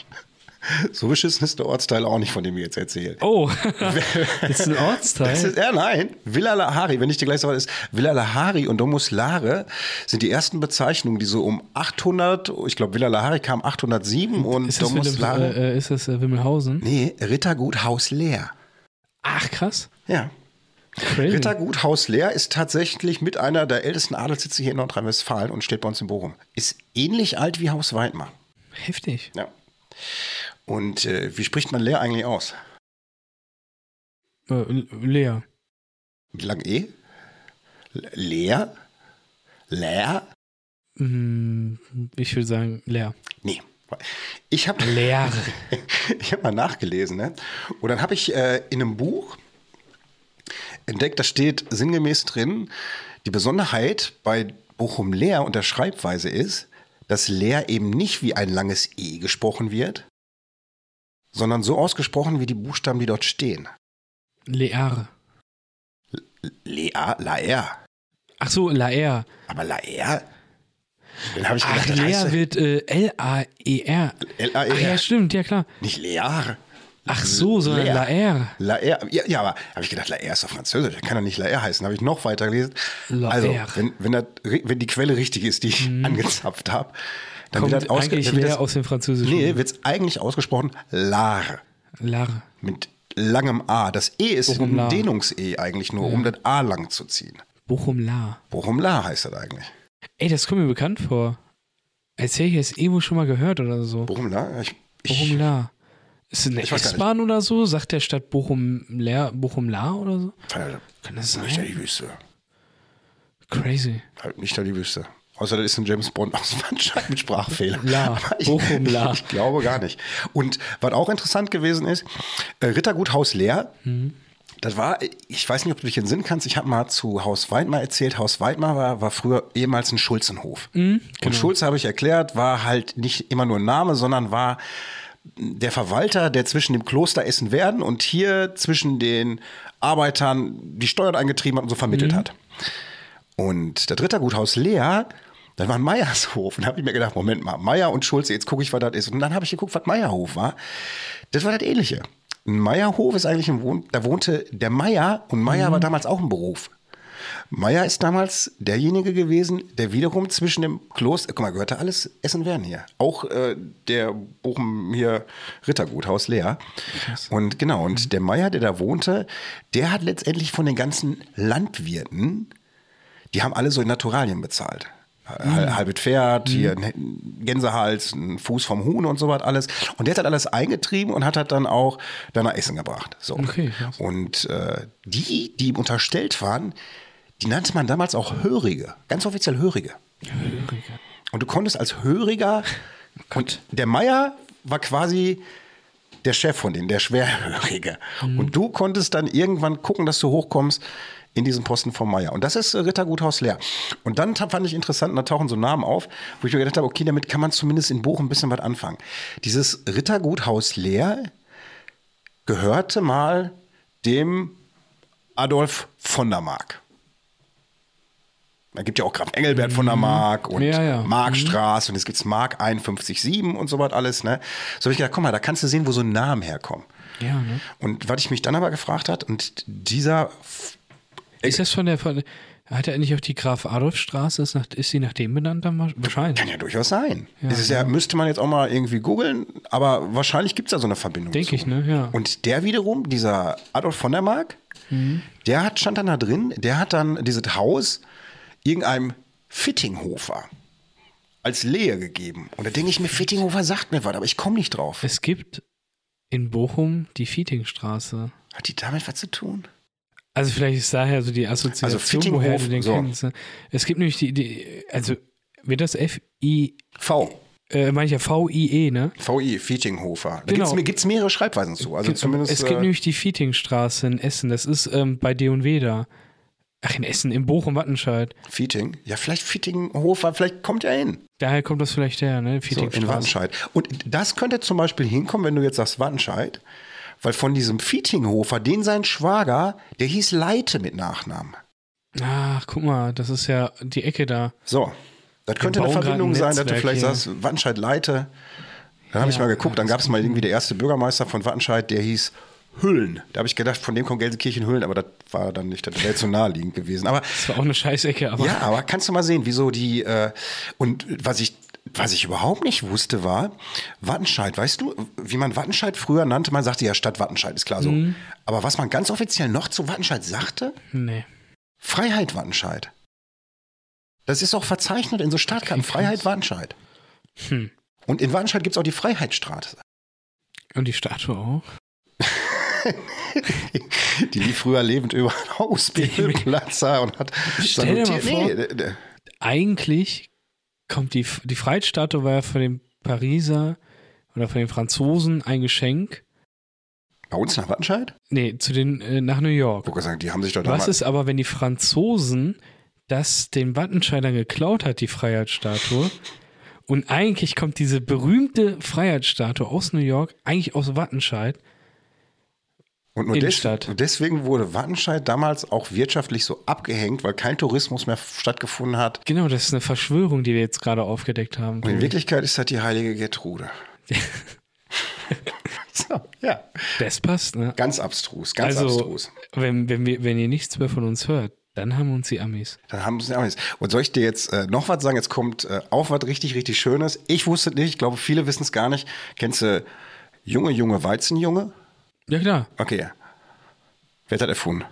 B: So beschissen ist der Ortsteil auch nicht, von dem ich jetzt erzähle.
C: Oh, ist ein Ortsteil.
B: Das ist, ja, nein. Villa Lahari, wenn ich dir gleich sage, ist Villa Lahari und Domus Lare sind die ersten Bezeichnungen, die so um 800, ich glaube, Villa Lahari kam 807 und
C: ist das,
B: Domus
C: Willem,
B: Lare.
C: äh, äh, ist das äh, Wimmelhausen?
B: Nee, Rittergut Haus leer.
C: Ach, krass.
B: Ja.
C: Crazy.
B: Rittergut Haus leer ist tatsächlich mit einer der ältesten Adelssitze hier in Nordrhein-Westfalen und steht bei uns in Bochum. Ist ähnlich alt wie Haus Weidmar.
C: Heftig.
B: Ja. Und äh, wie spricht man leer eigentlich aus?
C: Äh, L- Lea.
B: Mit lang E? Le- Leer? Leer?
C: Hm, Ich würde sagen, leer.
B: Nee. Ich habe
C: Leer.
B: ich hab mal nachgelesen, ne? Und dann habe ich äh, in einem Buch entdeckt, da steht sinngemäß drin, die Besonderheit bei Bochum Leer und der Schreibweise ist, dass Leer eben nicht wie ein langes E gesprochen wird, sondern so ausgesprochen wie die Buchstaben, die dort stehen.
C: Leer.
B: Lea, Laer.
C: Ach so, Laer.
B: Aber Laer? Dann habe ich
C: Ach,
B: gedacht, das
C: Lea
B: heißt
C: wird äh, L-A-E-R. Ach
B: L-A-E-R.
C: Ah, ja, stimmt, ja klar.
B: Nicht Lear.
C: Ach so, sondern
B: Lea.
C: Laer.
B: Laer, ja, ja, aber habe ich gedacht, Laer ist doch französisch, der kann doch nicht Laer heißen. Habe ich noch weiter gelesen.
C: Laer. Mhm.
B: Also, wenn, wenn, das, ri- wenn die Quelle richtig ist, die ich angezapft habe, dann
C: Kommt
B: wird das ausge-
C: eigentlich
B: dann wird
C: Lea
B: das-
C: aus dem Französischen.
B: Nee, wird es eigentlich ausgesprochen Laar.
C: Lar.
B: Mit langem A. Das E ist
C: Bochum
B: ein
C: Laar.
B: Dehnungs-E eigentlich nur, um das A lang zu ziehen.
C: Bochum La.
B: Bochum Laar heißt das eigentlich.
C: Ey, das kommt mir bekannt vor. Als hätte ich es irgendwo schon mal gehört oder so.
B: Bochum Laar? Ich, ich,
C: Bochum La. Ist das eine
B: Ich weiß gar nicht.
C: S-Bahn oder so? Sagt der Stadt Bochum La, Bochum La oder so? Kann das
B: nicht, dass
C: sein?
B: ich wüsste.
C: Crazy.
B: Halt nicht, dass ich wüsste. Außer das ist ein James Bond aus Wandscheid mit Sprachfehler.
C: La,
B: Aber ich,
C: Bochum, La.
B: ich glaube gar nicht. Und was auch interessant gewesen ist, äh, Rittergut Haus Leer,
C: Mhm.
B: das war, ich weiß nicht, ob du dich entsinnen kannst, ich habe mal zu Haus Weidmar erzählt, Haus Weidmar war, war früher ehemals ein Schulzenhof.
C: Mhm, genau.
B: Und Schulze, habe ich erklärt, war halt nicht immer nur ein Name, sondern war der Verwalter, der zwischen dem Kloster Essen-Werden und hier zwischen den Arbeitern die Steuern eingetrieben hat und so vermittelt
C: Mhm.
B: hat. Und der dritte Guthaus Lea, dann war ein Meiershof. Und da habe ich mir gedacht, Moment mal, Meier und Schulze, jetzt gucke ich, was das ist. Und dann habe ich geguckt, was Meierhof war. Das war das Ähnliche. Ein Meierhof ist eigentlich ein Wohn da wohnte der Meier und Meier war damals auch ein Beruf. Meier ist damals derjenige gewesen, der wiederum zwischen dem Kloster, guck mal, gehörte alles Essen werden hier. Auch äh, der Bochum hier Ritterguthaus Lea. Und genau, und der Meier, der da wohnte, der hat letztendlich von den ganzen Landwirten, die haben alle so in Naturalien bezahlt. Mhm. Halbes Pferd, hier
C: Mhm.
B: ein Gänsehals, ein Fuß vom Huhn und so was alles. Und der hat das alles eingetrieben und hat das dann auch dann nach Essen gebracht. So.
C: Okay, krass.
B: und äh, die, die ihm unterstellt waren, die nannte man damals auch Hörige, ganz offiziell Hörige.
C: Hörige.
B: Und du konntest als Höriger, und der Meier war quasi der Chef von denen, der Schwerhörige. Und du konntest dann irgendwann gucken, dass du hochkommst in diesen Posten von Meier. Und das ist äh, Ritterguthaus Leer. Und dann ta- fand ich interessant, und da tauchen so Namen auf, wo ich mir gedacht habe, okay, damit kann man zumindest in Bochum ein bisschen was anfangen. Dieses Ritterguthaus Leer gehörte mal dem Adolf von der Mark. Da gibt ja auch Graf Engelbert von der Mark und
C: Mhm. Ja, Mhm. ja.
B: Markstraße und jetzt gibt es Mark 51,7 und so was alles. Ne? So habe ich gedacht, guck mal, da kannst du sehen, wo so ein Namen herkommt.
C: Ja, ne?
B: Und was ich mich dann aber gefragt hat, und dieser,
C: Ist das von der. Von, hat er nicht auch die Graf Adolf Straße? Ist, nach, ist sie nach dem benannt? Dann wahr- wahrscheinlich.
B: kann ja durchaus sein. das ist ja, müsste man jetzt auch mal irgendwie googeln, aber wahrscheinlich gibt es da so eine Verbindung.
C: Denke
B: zu.
C: ich, ne? Ja.
B: Und der wiederum, dieser Adolf von der Mark,
C: Mhm.
B: der hat, stand dann da drin, der hat dann dieses Haus irgendeinem Fittinghofer als Lehe gegeben. Und da denke ich mir, Fittinghofer sagt mir was, aber ich komme nicht drauf.
C: es gibt in Bochum die Fietingstraße.
B: Hat die damit was zu tun?
C: Also vielleicht ist daher so die Assoziation,
B: Also Fittinghof,
C: woher du den
B: so.
C: kennst. ne? Es gibt nämlich die, die also wird das F-I,
B: V.
C: äh, meine ich ja V-I-E, ne?
B: VI, Fittinghofer. Da
C: Genau.
B: genau. gibt es mehrere Schreibweisen zu. Also
C: Gibt-
B: zumindest.
C: es gibt
B: äh,
C: nämlich die Fietingstraße in Essen. Das ist ähm, bei D&W da. Ach, in Essen, in Bochum-Wattenscheid.
B: Fieting? Ja, vielleicht Fittinghofer, vielleicht kommt er hin.
C: Daher kommt das vielleicht her, ne?
B: So, in
C: Fietingstraße.
B: Wattenscheid. Und das könnte zum Beispiel hinkommen, wenn du jetzt sagst Wattenscheid, weil von diesem Fietinghofer, den sein Schwager, der hieß Leite mit Nachnamen.
C: Ach, guck mal, das ist ja die Ecke da.
B: So, das könnte eine
C: bauen
B: Verbindung
C: gerade ein
B: sein, dass du
C: Netzwerk
B: vielleicht
C: hier.
B: sagst Wattenscheid Leite. Dann habe ich
C: Ja,
B: mal geguckt, dann gab es mal irgendwie der erste Bürgermeister von Wattenscheid, der hieß Hüllen. Da habe ich gedacht, von dem kommt Gelsenkirchen Hüllen, aber das war dann nicht, das wäre zu naheliegend gewesen. Aber
C: Das war auch eine Scheißecke, aber
B: Ja, aber kannst du mal sehen, wieso die äh, und was ich was ich überhaupt nicht wusste war, Wattenscheid, weißt du, wie man Wattenscheid früher nannte, man sagte ja Stadt Wattenscheid, ist klar so.
C: Mhm.
B: Aber was man ganz offiziell noch zu Wattenscheid sagte,
C: nee.
B: Freiheit Wattenscheid. Das ist auch verzeichnet in so Stadtkarten,
C: Okay, krass.
B: Freiheit Wattenscheid.
C: Hm.
B: Und in Wattenscheid gibt es auch die Freiheitsstraße.
C: Und die Statue auch.
B: die lief früher lebend über den Ausbildungsplatz da und hat
C: Stell dir mal vor-
B: Nee, d- d-
C: Eigentlich kommt die, die Freiheitsstatue war ja von den Pariser oder von den Franzosen ein Geschenk.
B: bei uns nach Wattenscheid?
C: Nee, zu den, äh, nach New York.
B: Ich wollte gerade sagen, die haben sich doch
C: Was ist aber, wenn die Franzosen das den Wattenscheidern geklaut hat, die Freiheitsstatue? Und eigentlich kommt diese berühmte Freiheitsstatue aus New York, eigentlich aus Wattenscheid.
B: Und nur
C: Innenstadt.
B: des, und deswegen wurde Wattenscheid damals auch wirtschaftlich so abgehängt, weil kein Tourismus mehr stattgefunden hat.
C: Genau, das ist eine Verschwörung, die wir jetzt gerade aufgedeckt haben.
B: Und in Wirklichkeit ist das die heilige Gertrude. so, ja.
C: Das passt, ne?
B: Ganz abstrus, ganz
C: Also,
B: abstrus.
C: wenn, wenn, wir, wenn ihr nichts mehr von uns hört, dann haben uns die Amis.
B: Dann haben sie auch nichts. Und soll ich dir jetzt äh, noch was sagen? Jetzt kommt äh, auch was richtig, richtig Schönes. Ich wusste es nicht, ich glaube, viele wissen es gar nicht. Kennst du Junge, Junge, Weizenjunge?
C: Ja, klar.
B: Okay. Wer hat das erfunden?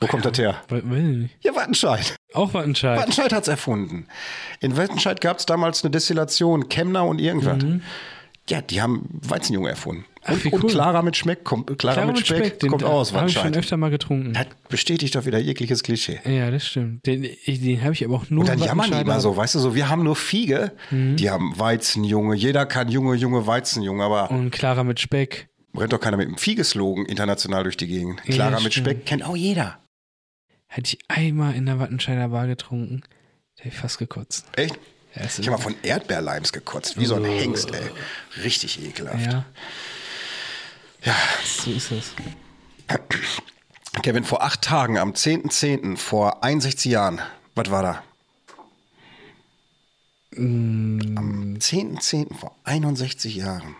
B: Wo kommt das her?
C: We- Weiß ich nicht.
B: Ja, Wattenscheid.
C: Auch Wattenscheid.
B: Wattenscheid hat es erfunden. In Wattenscheid gab es damals eine Destillation, Chemner und irgendwas. Ja, die haben Weizenjunge erfunden.
C: Mhm. Ach,
B: und,
C: wie
B: und
C: cool.
B: Clara mit Schmeck kommt, Clara
C: Klar,
B: mit
C: mit
B: Speck,
C: den
B: kommt auch aus
C: Habe ich schon
B: Wattenscheid.
C: öfter mal getrunken.
B: Das bestätigt doch wieder jegliches Klischee.
C: Ja, das stimmt. Den, ich- den habe ich aber auch nur
B: Und dann
C: im
B: jammern die
C: Wattenscheider-
B: immer so, weißt du, so, wir haben nur Fiege,
C: Mhm.
B: die haben Weizenjunge, jeder kann Junge, Junge, Weizenjunge, aber
C: Und Clara mit Speck.
B: rennt doch keiner mit dem Fiegeslogan international durch die Gegend.
C: Ja,
B: Clara mit
C: stimmt.
B: Speck kennt auch jeder.
C: Hätte ich einmal in der Wattenscheider Bar getrunken, hätte ich fast gekotzt.
B: Echt?
C: Ja, es
B: Ich
C: ist- Oh.
B: habe mal von Erdbeerleims gekotzt, wie so ein Hengst, ey. Richtig ekelhaft.
C: ja. So ist es.
B: Kevin, vor acht Tagen, am 10.10., vor 61 Jahren, was war da? Mm.
C: Mm,
B: Am 10.10. vor 61 Jahren.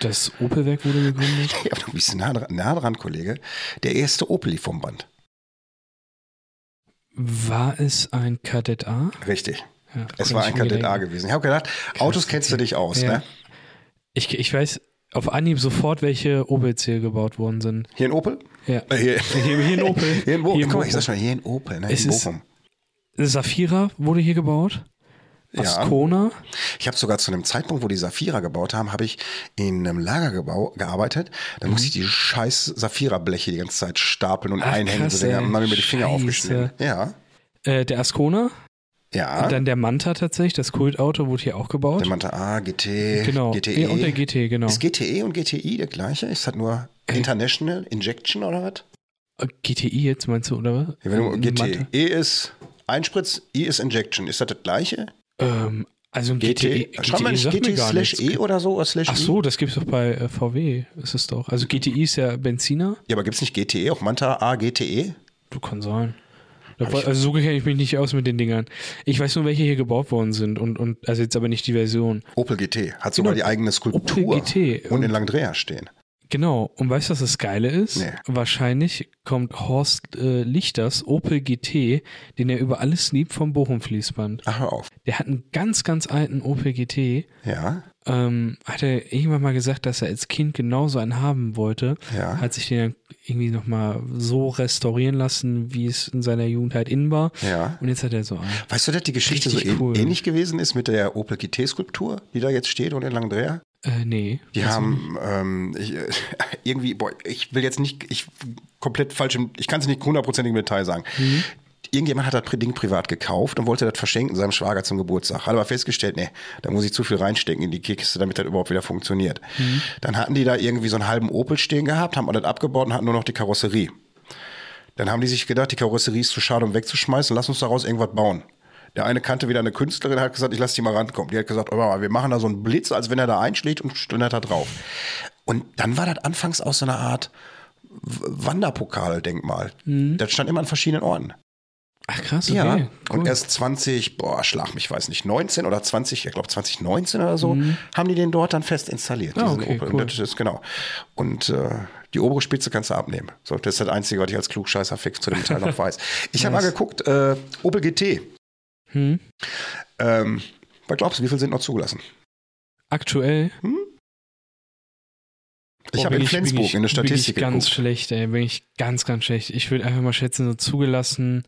C: Das Opelwerk wurde gegründet.
B: Ja, du bist nah dran, nah dran Kollege. Der erste Opel lief vom Band.
C: War es ein Kadett A?
B: Richtig.
C: Ja,
B: Es
C: kann
B: war
C: ich
B: ein
C: mir
B: Kadett A
C: denken.
B: gewesen. Ich habe gedacht, Autos kennst du dich aus,
C: Ja.
B: ne?
C: Ich, ich weiß auf Anhieb sofort, welche Opels hier gebaut worden sind.
B: Hier in Opel?
C: Ja.
B: Äh, hier,
C: Hier, hier in Opel.
B: hier in Bochum.
C: Hier in
B: Guck mal,
C: Bochum.
B: ich sag schon, hier in Opel, ne?
C: Es
B: in
C: ist-
B: Bochum.
C: Saphira wurde hier gebaut.
B: Ja.
C: Ascona.
B: Ich habe sogar zu einem Zeitpunkt, wo die Saphira gebaut haben, habe ich in einem Lagergebau gearbeitet. Da musste ich die scheiß Saphira-Bleche die ganze Zeit stapeln und
C: Mhm. Ach,
B: einhängen.
C: krass,
B: So
C: ey.
B: haben mir die
C: Scheiße.
B: Finger aufgeschnitten. Ja,
C: Äh, der Ascona.
B: ja.
C: Und dann der Manta tatsächlich. Das Kultauto wurde hier auch
B: Ah. Der
C: gebaut.
B: meinte, ah, GT,
C: Genau.
B: GTE.
C: Ja, und der GT, genau.
B: E. Ist GTE und GTI der gleiche? Ist das nur International Injection oder was?
C: Äh, GTI jetzt meinst du, oder was?
B: Ja, Wenn du E.
C: Manta.
B: GTE ist Einspritz, I ist Injection. Ist das das gleiche?
C: Ähm, also ein GTE. GTE,
B: E, äh, Schau mal,
C: sagt mir
B: GT
C: gar
B: slash
C: nichts.
B: E oder so? Oder slash
C: Ach
B: I?
C: so, das gibt's doch bei äh, VW, E ist es doch. Also GTI ist ja Benziner.
B: E Ja, aber gibt es nicht GTE, auch Manta A, GTE?
C: Du kannst sein. Da,
B: Hab ich-
C: also so kenne ich mich nicht aus mit den Dingern. Ich weiß nur, welche hier gebaut worden sind und, und also jetzt aber nicht die Version.
B: Opel GT hat sogar die eigene Skulptur
C: Genau. Opel E GT.
B: und in Langdreher stehen.
C: Genau. Und weißt du, was das Geile ist?
B: Nee.
C: Wahrscheinlich kommt Horst äh, Lichters Opel GT, den er über alles liebt, vom Bochum-Fließband.
B: Ach, hör auf.
C: Der hat einen ganz, ganz alten Opel GT.
B: Ja,
C: Ähm, hat er irgendwann mal gesagt, dass er als Kind genauso einen haben wollte.
B: Ja.
C: Hat sich den dann irgendwie nochmal so restaurieren lassen, wie es in seiner Jugend halt in war.
B: ja.
C: Und jetzt hat er so einen.
B: Weißt du, dass die Geschichte
C: Richtig
B: so
C: cool.
B: cool. ähnlich gewesen ist mit der Opel GT-Skulptur, die da jetzt steht und in Langdreher?
C: Äh, nee. Weiß
B: Die
C: ich nicht.
B: haben ähm, ich, äh, irgendwie, boah, ich will jetzt nicht, ich komplett falsch, im- ich kann es nicht hundertprozentig im Detail sagen. Irgendjemand hat das Ding privat gekauft und wollte das verschenken seinem Schwager zum Geburtstag. Hat aber festgestellt, nee, da muss ich zu viel reinstecken in die Kiste, damit das überhaupt wieder funktioniert. Dann hatten die da irgendwie so einen halben Opel stehen gehabt, haben das abgebaut und hatten nur noch die Karosserie. Dann haben die sich gedacht, die Karosserie ist zu schade, um wegzuschmeißen, lass uns daraus irgendwas bauen. Der eine kannte wieder eine Künstlerin, hat gesagt, ich lass die mal rankommen. Die hat gesagt, oh, wir machen da so einen Blitz, als wenn er da einschlägt und stündert da drauf. Und dann war das anfangs auch so eine Art W- Wanderpokal-Denkmal. Das stand immer an verschiedenen Orten.
C: Ach krass, okay.
B: Ja. Und
C: cool.
B: erst 20, boah, schlag mich, weiß nicht, 19 oder 20, ich glaube 2019 oder so, haben die den dort dann fest installiert.
C: Mhm. Ah,
B: diesen
C: okay,
B: Opel.
C: cool.
B: Das ist genau. Und äh, die obere Spitze kannst du abnehmen. So, das ist das Einzige, was ich als klugscheißer Fix zu dem Teil noch weiß. Ich habe mal
C: Nice.
B: geguckt, äh, Opel GT.
C: Hm?
B: Ähm, was glaubst du, wie viel sind noch zugelassen?
C: Aktuell.
B: Ich
C: Boah,
B: habe
C: bin bin
B: in Flensburg
C: ich-
B: in der
C: Bin
B: Statistik
C: ich ganz
B: geguckt.
C: schlecht, ey. Bin ich ganz, ganz schlecht. Ich würde einfach mal schätzen, so zugelassen.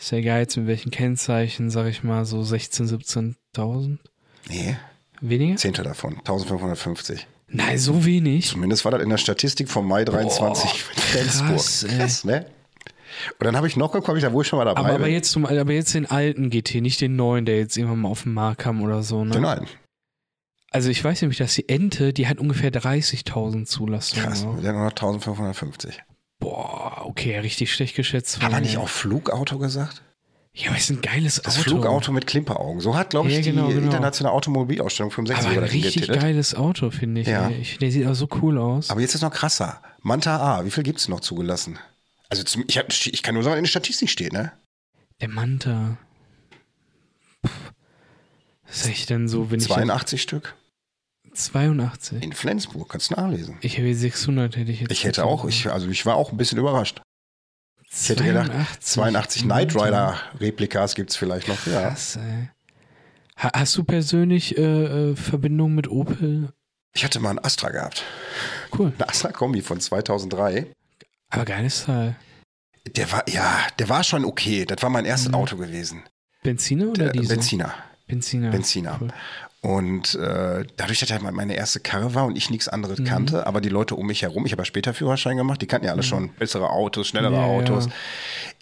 C: Ist ja egal, jetzt mit welchen Kennzeichen, sag ich mal, so 16, 17.000?
B: Nee,
C: Weniger?
B: Zehnter davon, 1550.
C: Nein, so wenig.
B: Zumindest war das in der Statistik vom Mai 23 in Flensburg.
C: krass, ey.
B: krass ne? Und dann habe ich noch geguckt, ob ich da wohl schon mal dabei
C: Aber, aber,
B: bin.
C: jetzt zum, aber jetzt den alten GT, nicht den neuen, der jetzt irgendwann mal auf den Markt kam oder so. Ne?
B: Den alten.
C: Also ich weiß nämlich, dass die Ente, die hat ungefähr 30.000 Zulassungen.
B: Krass,
C: ne?
B: der nur noch 1550.
C: Boah, okay, richtig schlecht geschätzt. von
B: Hat er
C: mir.
B: nicht auch Flugauto gesagt?
C: Ja, aber ist ein geiles
B: Das
C: Auto.
B: Flugauto mit Klimperaugen. So hat, glaube ich,
C: Ja, genau,
B: die
C: genau.
B: internationale Automobilausstellung 65
C: Aber ein
B: oder
C: richtig
B: getitelt.
C: geiles Auto, finde ich.
B: ne? Ja.
C: ey. ich der sieht auch so cool aus.
B: Aber jetzt ist noch krasser. Manta A, wie viel gibt es noch zugelassen? Also zum, ich, hab, ich kann nur sagen, was in der Statistik steht, ne?
C: der Manta. Pff. Was sag ich denn so, wenn
B: 82 Stück.
C: ich. 82.
B: In Flensburg, kannst du nachlesen.
C: Ich hätte 600 hätte ich jetzt.
B: Ich hätte auch, ich, also ich war auch ein bisschen überrascht.
C: ich
B: hätte gedacht, 82 Knight Rider Replikas gibt es vielleicht noch. Ja.
C: Krass, ey. Ha hast du persönlich äh, äh, Verbindung mit Opel?
B: Ich hatte mal einen Astra gehabt.
C: Cool.
B: Eine Astra-Kombi von 2003.
C: Aber geiles Teil.
B: Der war, ja, der war schon okay. Das war mein erstes
C: Mhm.
B: Auto gewesen.
C: Benziner oder
B: Der,
C: Diesel?
B: Benziner.
C: Benziner.
B: Benziner. ne?
C: Cool.
B: Und äh, dadurch, dass er halt meine erste Karre war und ich nichts anderes
C: Mhm.
B: kannte, aber die Leute um mich herum, ich habe ja später Führerschein gemacht, die kannten ja alle schon bessere Autos, schnellere
C: Ja,
B: Autos.
C: ja.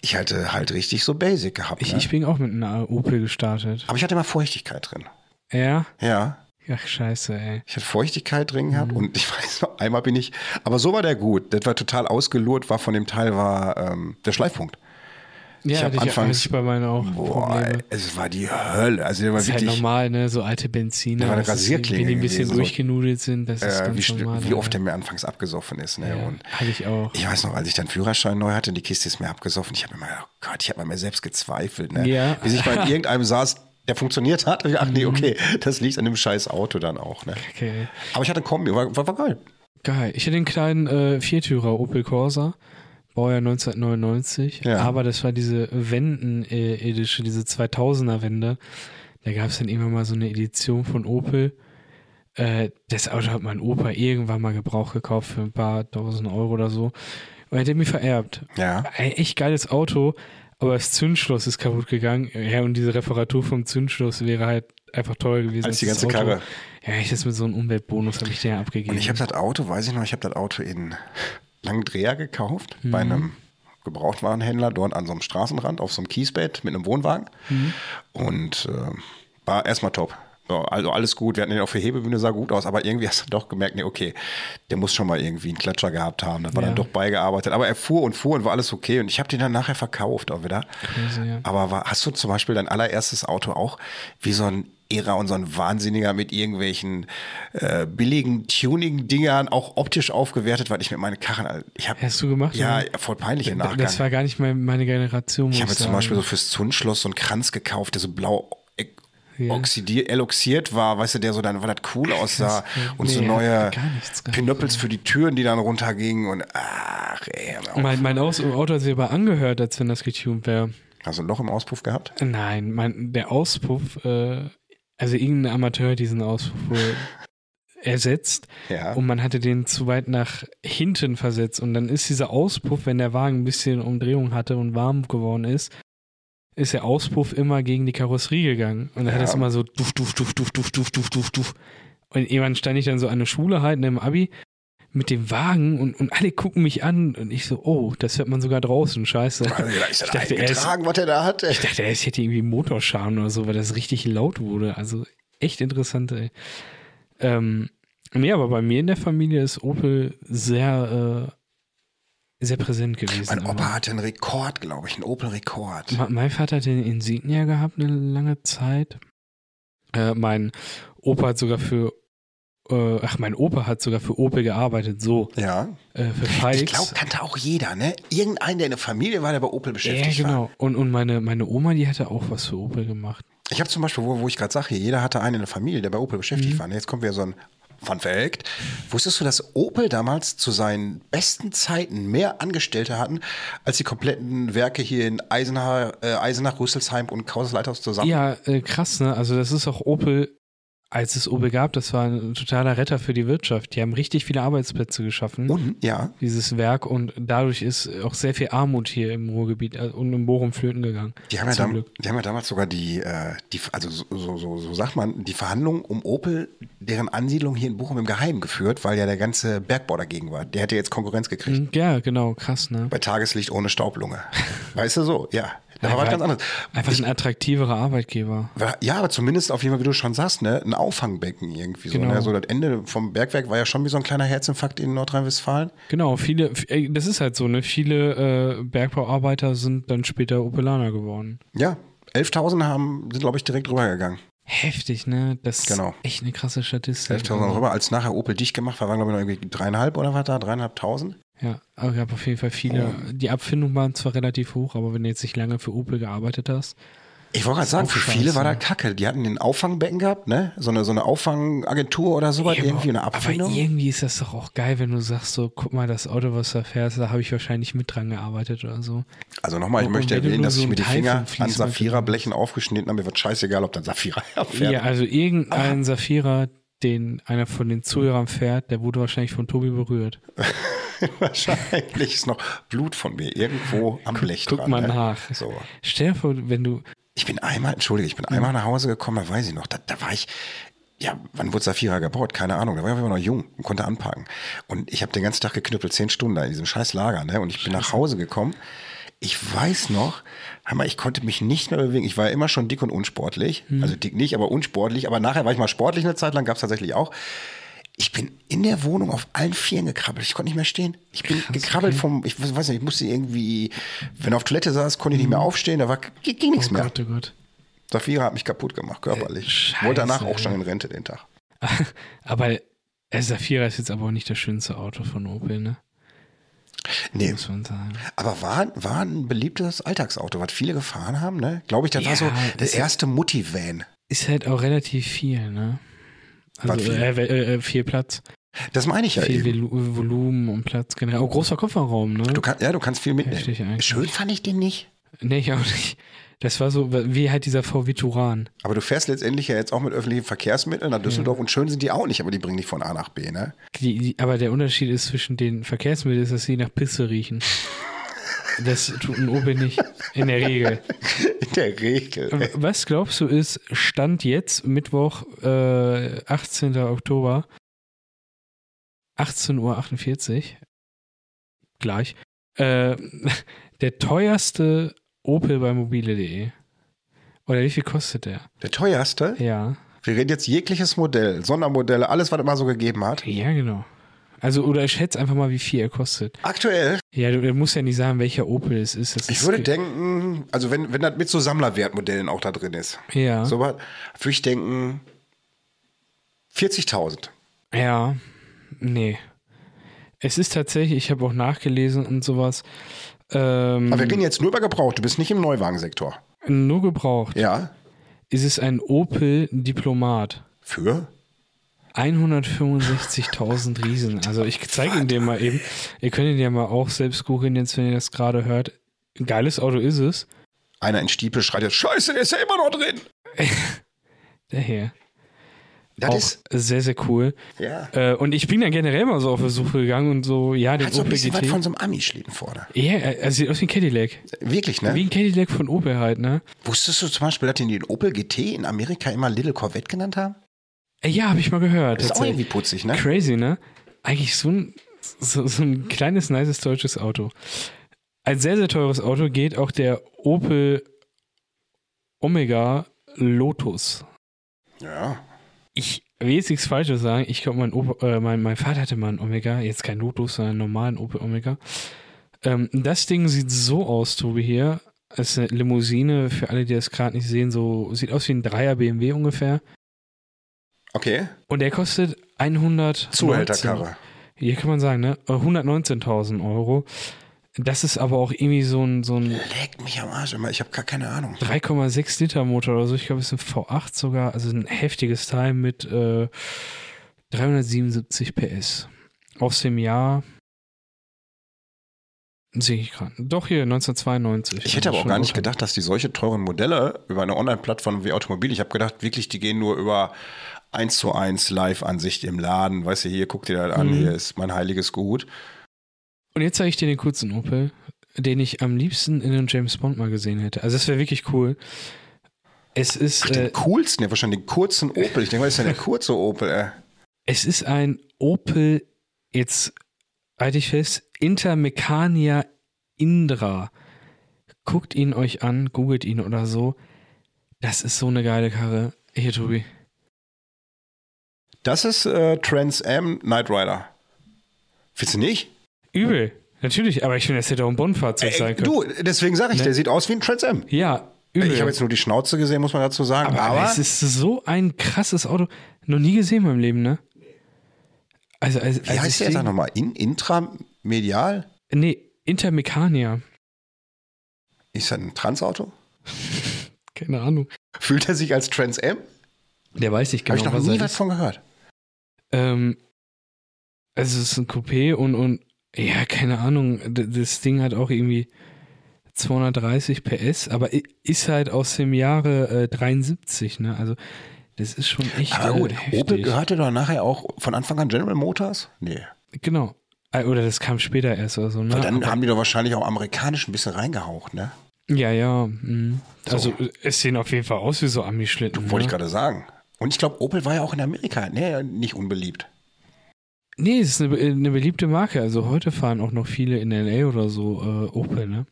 B: Ich hatte halt richtig so Basic gehabt.
C: Ich,
B: ne?
C: ich bin auch mit einer Opel gestartet.
B: aber ich hatte immer Feuchtigkeit drin.
C: Ja?
B: Ja,
C: Ach, scheiße, ey.
B: ich hatte Feuchtigkeit
C: Mhm.
B: drin gehabt und ich weiß noch, einmal bin ich, aber so war der gut. Das war total ausgelurrt, war von dem Teil war ähm, der Schleifpunkt.
C: Ja,
B: hab
C: hatte ich
B: anfangs-
C: hatte ich bei meinen auch
B: Boah,
C: Probleme.
B: es war die Hölle. Also der war
C: Das ist halt
B: wirklich,
C: normal, ne? So alte Benziner.
B: Da war eine
C: das ist-
B: Rasierklinge
C: Wenn die ein bisschen
B: gewesen, so.
C: durchgenudelt sind, das ist
B: äh, wie,
C: ganz normal.
B: st- wie
C: aber-
B: oft der mir anfangs abgesoffen ist. Ne?
C: ja,
B: Und
C: Hatte ich auch.
B: Ich weiß noch, als ich dann Führerschein neu hatte, die Kiste ist mir abgesoffen. Ich habe immer gedacht, oh Gott, ich habe an mir selbst gezweifelt. Ne?
C: Ja. Mhm.
B: Bis ich mal in irgendeinem saß, der funktioniert hat. Und ich, ach nee, okay, das liegt an dem scheiß Auto dann auch. Ne?
C: Okay.
B: Aber ich hatte Kombi, war, war, war geil.
C: Geil. Ich hatte den kleinen äh, Viertürer Opel Corsa. Baujahr 1999.
B: Ja.
C: Aber das war diese Wenden-Edition, diese 2000er-Wende. Da gab es dann irgendwann mal so eine Edition von Opel. Äh, das Auto hat mein Opa irgendwann mal Gebrauch gekauft für ein paar tausend Euro oder so. Und er hat mir vererbt.
B: Ja.
C: Ein echt geiles Auto, aber das Zündschloss ist kaputt gegangen. Ja, und diese Reparatur vom Zündschloss wäre halt einfach teuer gewesen.
B: Als die
C: das
B: ganze
C: Auto.
B: Karre.
C: Ja, ich das mit so einem Umweltbonus habe ich dir ja abgegeben.
B: Und ich habe das Auto, weiß ich noch, ich habe das Auto in Langdreher gekauft, bei einem Gebrauchtwarenhändler dort an so einem Straßenrand, auf so einem Kiesbett mit einem Wohnwagen. Und äh, war erstmal top. Ja, also alles gut, wir hatten den auf der Hebebühne, sah gut aus, aber irgendwie hast du doch gemerkt, nee, okay, der muss schon mal irgendwie einen Klatscher gehabt haben. Da war
C: Ja.
B: dann doch beigearbeitet. Aber er fuhr und fuhr und war alles okay. Und ich habe den dann nachher verkauft auch wieder.
C: Crazy, ja.
B: Aber war, hast du zum Beispiel dein allererstes Auto auch wie so ein Ära und so ein Wahnsinniger mit irgendwelchen äh, billigen Tuning-Dingern auch optisch aufgewertet, weil ich mit meinen Karren. Ich hab,
C: Hast du gemacht,
B: Ja,
C: oder?
B: voll peinlich im
C: Da-
B: Nachgang.
C: Das war gar nicht mein, meine Generation. Muss
B: Ich habe
C: sagen.
B: zum Beispiel so fürs Zundschloss so einen Kranz gekauft, der so blau e-
C: Ja.
B: oxidiert, eloxiert war, weißt du, der so dann, weil das cool
C: ja.
B: aussah. Und so
C: Nee,
B: neue
C: gar nichts gehabt,
B: Pinöppels für die Türen, die dann runtergingen. Und ach, ey, hör mal auf.
C: Mein, mein Aus Auto hat sich aber angehört, als wenn das getuned wäre.
B: hast du ein Loch im Auspuff gehabt?
C: Nein, mein, der Auspuff, äh, also irgendein Amateur hat diesen Auspuff wohl ersetzt
B: Ja.
C: und man hatte den zu weit nach hinten versetzt und dann ist dieser Auspuff, wenn der Wagen ein bisschen Umdrehung hatte und warm geworden ist, ist der Auspuff immer gegen die Karosserie gegangen und dann hat
B: Ja.
C: es immer so duf, duf, duf, duf, duf, duf, duf, duf, duf. Und irgendwann stand ich dann so an der Schule halt ne, im Abi mit dem Wagen und, und alle gucken mich an und ich so, oh, das hört man sogar draußen, scheiße.
B: Alter, ist
C: Ich
B: das
C: dachte, er ist-
B: eingetragen, was der da hat? ey?
C: ich dachte, es hätte irgendwie einen Motorschaden oder so, weil das richtig laut wurde. Also echt interessant, ey. Ähm, nee, aber bei mir in der Familie ist Opel sehr, äh, sehr präsent gewesen.
B: Mein
C: Aber
B: Opa hatte einen Rekord, glaube ich, einen Opel-Rekord.
C: ma- Mein Vater hat den Insignia gehabt eine lange Zeit. Äh, mein Opa hat sogar für äh, Ach, mein Opa hat sogar für Opel gearbeitet, so.
B: Ja.
C: Äh, für
B: Ich
C: Fikes.
B: glaube, kannte auch jeder, ne? Irgendein, der in der Familie war, der bei Opel
C: Ja,
B: beschäftigt war.
C: genau. Und, und meine, meine Oma, die hatte auch was für Opel gemacht.
B: Ich habe zum Beispiel, wo, wo ich gerade sage, hier, jeder hatte einen in der Familie, der bei Opel beschäftigt
C: Mhm.
B: war. ne? Jetzt kommt wieder so ein Fun Fact. Wusstest du, dass Opel damals zu seinen besten Zeiten mehr Angestellte hatten, als die kompletten Werke hier in Eisenach, äh, Eisenach Rüsselsheim und Kaunas-Leithaus zusammen?
C: Ja, äh, krass, ne? Also das ist auch Opel, als es Opel gab, das war ein totaler Retter für die Wirtschaft. Die haben richtig viele Arbeitsplätze geschaffen,
B: Und, ja.
C: dieses Werk. Und dadurch ist auch sehr viel Armut hier im Ruhrgebiet äh, und im Bochum flöten gegangen.
B: Die haben, ja
C: Zum
B: dam,
C: Glück.
B: die haben ja damals sogar die, äh, die also so, so, so, so sagt man, die Verhandlungen um Opel, deren Ansiedlung hier in Bochum im Geheimen geführt, weil ja der ganze Bergbau dagegen war. Der hätte jetzt Konkurrenz gekriegt.
C: Ja, genau, krass, ne?
B: Bei Tageslicht ohne Staublunge. weißt du so? Ja. Da war was
C: Einfach-
B: ganz anderes.
C: Einfach ein attraktiverer Arbeitgeber.
B: Weil- Ja, aber zumindest auf jeden Fall, wie du schon sagst, ne, ein Auffangbecken irgendwie so.
C: Genau.
B: Ne? So das Ende vom Bergwerk war ja schon wie so ein kleiner Herzinfarkt in Nordrhein-Westfalen.
C: Genau, viele, f- ey, das ist halt so, ne? Viele äh, Bergbauarbeiter sind dann später Opelaner geworden.
B: Ja, 11.000 haben sind glaube ich direkt rübergegangen.
C: Heftig, ne? Das
B: Genau.
C: ist echt eine krasse Statistik.
B: 11.000 rüber, als nachher Opel dicht gemacht war, waren glaube ich noch irgendwie dreieinhalb oder was da, dreieinhalbtausend.
C: Ja, aber gab auf jeden Fall viele. Die Abfindung waren zwar relativ hoch, aber wenn du jetzt nicht lange für Opel gearbeitet hast,
B: Ich wollte gerade sagen,
C: auch
B: für
C: scheiße.
B: viele war das Kacke. Die hatten den Auffangbecken gehabt, ne? So eine, so eine Auffangagentur oder sowas, irgendwie eine
C: Aber
B: Abfindung.
C: irgendwie ist das doch auch geil, wenn du sagst so, guck mal, das Auto, was da fährst, da habe ich wahrscheinlich mit dran gearbeitet oder so.
B: Also nochmal, ich
C: Und
B: möchte
C: wenn du
B: erwähnen,
C: nur
B: dass
C: so
B: ich
C: ein
B: mir die
C: Teil
B: Finger
C: vom
B: an
C: Fließband
B: Saphira-Blechen aufgeschnitten habe. Mir war scheißegal, ob dann Saphira fährt.
C: Ja, also irgendein Saphira, den einer von den Zuhörern fährt, der wurde wahrscheinlich von Tobi berührt.
B: Wahrscheinlich ist noch Blut von mir irgendwo am Blech
C: guck
B: dran.
C: mal
B: ne?
C: nach.
B: So.
C: Stell dir vor, wenn du,
B: Ich bin einmal, entschuldige, ich
C: Mhm.
B: bin einmal nach Hause gekommen, da weiß ich noch, da, da war ich, ja, wann wurde Safira gebaut? Keine Ahnung, da war ich aber noch jung und konnte anpacken. Und ich habe den ganzen Tag geknüppelt, zehn Stunden da in diesem scheiß Lager, ne? Und ich bin nach Hause gekommen. Ich weiß noch, Hammer, ich konnte mich nicht mehr bewegen. Ich war immer schon dick und unsportlich.
C: Mhm.
B: Also dick nicht, aber unsportlich. Aber nachher war ich mal sportlich eine Zeit lang, gab es tatsächlich auch. Ich bin in der Wohnung auf allen Vieren gekrabbelt. Ich konnte nicht mehr stehen. Ich bin gekrabbelt vom, ich weiß nicht, ich musste irgendwie, wenn du auf Toilette saß, konnte ich nicht mehr aufstehen. Da war, ging, ging nichts
C: Mhm. oh
B: mehr.
C: Gott, oh Gott.
B: Safira hat mich kaputt gemacht, körperlich.
C: Äh, Scheiße,
B: Wollte danach auch
C: ey.
B: schon in Rente den Tag.
C: Aber äh, Saphira ist jetzt aber auch nicht das schönste Auto von Opel, ne?
B: Nee,
C: Muss man sagen.
B: aber war, war ein beliebtes Alltagsauto, was viele gefahren haben, ne? Glaube ich, das
C: Ja,
B: war so der
C: das-
B: erste Mutti-Van.
C: Ist halt auch relativ viel, ne?
B: War
C: Also
B: viel.
C: Äh, äh, äh, viel Platz.
B: Das meine ich ja
C: viel
B: eben.
C: Volu- Volumen und Platz generell. Auch großer Kofferraum, ne?
B: Du kann, ja, du kannst viel
C: Heftig
B: mitnehmen.
C: eigentlich.
B: Schön fand ich den nicht.
C: Nee, ich auch nicht. Das war so wie halt dieser VW Turan.
B: Aber du fährst letztendlich ja jetzt auch mit öffentlichen Verkehrsmitteln nach Düsseldorf und schön sind die auch nicht, aber die bringen dich von A nach B, ne?
C: Die, die, aber der Unterschied ist zwischen den Verkehrsmitteln, ist, dass sie nach Pisse riechen. Das tut ein Opel nicht. In der Regel.
B: In der Regel. ey.
C: Äh, Was glaubst du ist Stand jetzt, Mittwoch, äh, 18. Oktober, 18.48 Uhr, gleich, äh, der teuerste Opel bei mobile.de? Oder wie viel kostet der?
B: Der teuerste?
C: Ja.
B: Wir reden jetzt jegliches Modell, Sondermodelle, alles, was es mal so gegeben hat.
C: Ja, genau. Also, oder ich schätze einfach mal, wie viel er kostet.
B: Aktuell,
C: Ja, du, du musst ja nicht sagen, welcher Opel es ist. Das
B: ich
C: ist
B: würde denken, also wenn, wenn das mit so Sammlerwertmodellen auch da drin ist,
C: Ja.
B: so was, würde ich denken 40.000.
C: Ja, nee. Es ist tatsächlich, ich habe auch nachgelesen und sowas. Ähm,
B: Aber wir reden jetzt nur über Gebraucht, du bist nicht im Neuwagensektor.
C: nur gebraucht.
B: Ja,
C: Ist es ein Opel Diplomat?
B: für?
C: 165.000 Riesen. Also ich zeige ihn dir mal eben. Ihr könnt ihn ja mal auch selbst googeln, jetzt wenn ihr das gerade hört. Ein geiles Auto ist es.
B: Einer in Stiepel schreit jetzt, Scheiße, der ist ja immer noch drin.
C: Der hier.
B: Das ist,
C: auch sehr, sehr cool.
B: ja,
C: Äh, und ich bin dann generell mal so auf Versuche gegangen und so, ja, den
B: hat so ein
C: Opel
B: bisschen was
C: GT.
B: von so einem Ami-Schlitten vorne.
C: Ja, er sieht aus wie ein Cadillac.
B: Wirklich, ne?
C: Wie ein Cadillac von Opel halt, ne?
B: Wusstest du zum Beispiel, dass die den Opel GT in Amerika immer Little Corvette genannt haben?
C: Äh, Ja, habe ich mal gehört.
B: Das ist auch
C: tatsächlich.
B: irgendwie putzig, ne?
C: Crazy, ne? Eigentlich so ein, so, so ein kleines, nices deutsches Auto. Als sehr, sehr teures Auto geht auch der Opel Omega Lotus.
B: Ja.
C: Ich will jetzt nichts Falsches sagen. Ich glaube, mein, Opa- äh, mein, mein Vater hatte mal einen Omega. Jetzt kein Lotus, sondern einen normalen Opel Omega. Ähm, das Ding sieht so aus, Tobi, hier. Es ist eine Limousine, für alle, die das gerade nicht sehen, so sieht aus wie ein Dreier BMW ungefähr.
B: Okay.
C: Und der kostet 100
B: Zuhälterkarre.
C: Hier kann man sagen, ne? 119.000 Euro. Das ist aber auch irgendwie so ein, so ein
B: Leck mich am Arsch immer, ich habe gar keine Ahnung.
C: 3,6 Liter Motor oder so. Ich glaube, es ist ein V8 sogar. Also ein heftiges Teil mit äh, 377 PS. Aus dem Jahr. Sehe ich gerade. Doch hier, 1992.
B: Ich
C: Also
B: hätte aber auch
C: schon
B: gar nicht
C: unter-
B: gedacht, dass die solche teuren Modelle über eine Online-Plattform wie Automobil, ich habe gedacht, wirklich, die gehen nur über 1 zu 1 Live-Ansicht im Laden. Weißt du, hier, guck dir das an,
C: Mhm.
B: hier ist mein heiliges Gut.
C: Und jetzt zeige ich dir den kurzen Opel, den ich am liebsten in einem James Bond mal gesehen hätte. Also, das wäre wirklich cool. Es ist.
B: Ach,
C: äh,
B: den coolsten, ja wahrscheinlich den kurzen Opel. Ich denke, was ist denn der kurze Opel, äh. ey?
C: Es ist ein Opel, jetzt halte ich fest, Intermecania Indra. Guckt ihn euch an, googelt ihn oder so. Das ist so eine geile Karre. Hier, Tobi.
B: Das ist äh, Trans Am Knight Rider. Findest du nicht?
C: Übel. Natürlich, aber ich finde, das hätte auch ein Bonn-Fahrzeug
B: Ey,
C: sein können.
B: du, deswegen sage ich,
C: Ne?
B: der sieht aus wie ein Trans Am. Äh,
C: Ja, übel.
B: Ich habe jetzt nur die Schnauze gesehen, muss man dazu sagen.
C: aber,
B: Aber,
C: es ist so ein krasses Auto. Noch nie gesehen in meinem Leben, ne? Also, also,
B: wie
C: also
B: heißt der
C: ich
B: jetzt
C: denk-
B: nochmal? In, intramedial?
C: Nee, Intermecania.
B: Ist das ein Transauto?
C: Keine Ahnung.
B: Fühlt er sich als Trans Am?
C: Der weiß nicht genau,
B: Habe ich noch
C: was er
B: nie
C: ist.
B: was von gehört.
C: Ähm, also es ist ein Coupé und, und ja, keine Ahnung, d- das Ding hat auch irgendwie 230 PS, aber i- ist halt aus dem Jahre äh, 73, ne? Also das ist schon echt
B: Aber gut,
C: äh, heftig.
B: Opel gehörte doch nachher auch von Anfang an General Motors? Nee.
C: Genau. Äh, Oder das kam später erst oder so, ne?
B: Weil dann
C: Aber-
B: haben die doch wahrscheinlich auch amerikanisch ein bisschen reingehaucht, ne?
C: ja, ja. mm.
B: So.
C: Also äh, es sehen auf jeden Fall aus wie so Ami-Schlitten.
B: Wollte ich
C: ne?
B: gerade sagen. Und ich glaube, Opel war ja auch in Amerika ne, nicht unbeliebt.
C: Nee, es ist eine, be- äh, eine beliebte Marke. Also heute fahren auch noch viele in LA oder so äh, Opel, ne?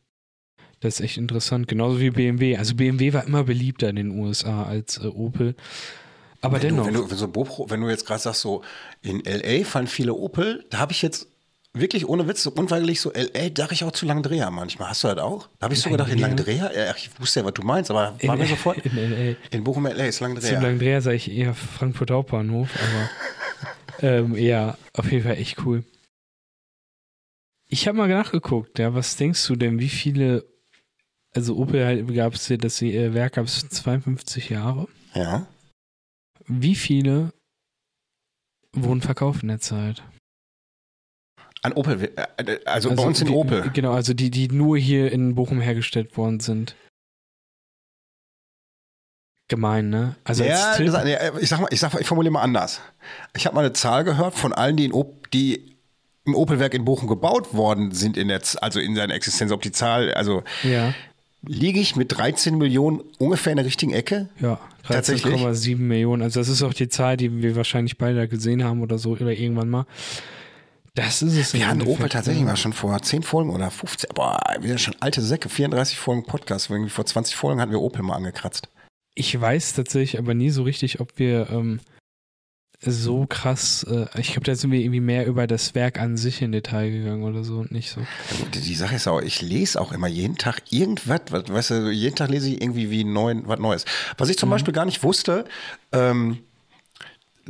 C: Das ist echt interessant. Genauso wie BMW. Also BMW war immer beliebter in den USA als äh, Opel. Aber
B: wenn
C: dennoch.
B: Du, wenn, du, wenn, so, Bobro- wenn du jetzt gerade sagst, so in L.A. fahren viele Opel, da habe ich jetzt wirklich ohne Witz so unweigerlich so L.A. dachte ich auch zu Langdreher manchmal. Hast du das auch? Da habe ich so gedacht, in
C: Langdreher?
B: Langdreher? Ja, ich wusste ja, was du meinst, aber war mir sofort.
C: in LA.
B: In Bochum L.A. ist
C: Zu
B: Langdreher.
C: Langdreher sage ich eher Frankfurt Hauptbahnhof, aber ähm, ja, auf jeden Fall echt cool. Ich habe mal nachgeguckt, ja, was denkst du denn, wie viele, also Opel halt gab es hier, das äh, Werk gab es 52 Jahre.
B: Ja.
C: Wie viele wurden verkauft in der Zeit?
B: An Opel, äh, also, bei uns in
C: die,
B: Opel.
C: Genau, also die, die nur hier in Bochum hergestellt worden sind. Gemein, ne? Also
B: ja,
C: als Tipp,
B: das, ja, ich sag mal, ich sag mal, ich formuliere mal anders. Ich habe mal eine Zahl gehört von allen, die, in Op die im Opelwerk in Bochum gebaut worden sind, in der, Z- also in seiner Existenz, ob die Zahl, also
C: ja,
B: liege ich mit 13 Millionen ungefähr in der richtigen Ecke?
C: ja,
B: Tatsächlich?
C: 13,7 Millionen. Also das ist auch die Zahl, die wir wahrscheinlich beide gesehen haben oder so oder irgendwann mal. Das ist es. im
B: Wir hatten
C: Endeffekt,
B: Opel tatsächlich
C: ne?
B: mal schon vor 10 Folgen oder 15, aber wir sind schon alte Säcke, 34 Folgen Podcast, irgendwie vor 20 Folgen hatten wir Opel mal angekratzt.
C: Ich weiß tatsächlich aber nie so richtig, ob wir ähm, so krass, äh, ich glaube, da sind wir irgendwie mehr über das Werk an sich in Detail gegangen oder so und nicht so.
B: Die, die Sache ist auch, ich lese auch immer jeden Tag irgendwas, was- weißt du, jeden Tag lese ich irgendwie wie neuen, was Neues. Was
C: Mhm.
B: ich zum Beispiel gar nicht wusste, ähm,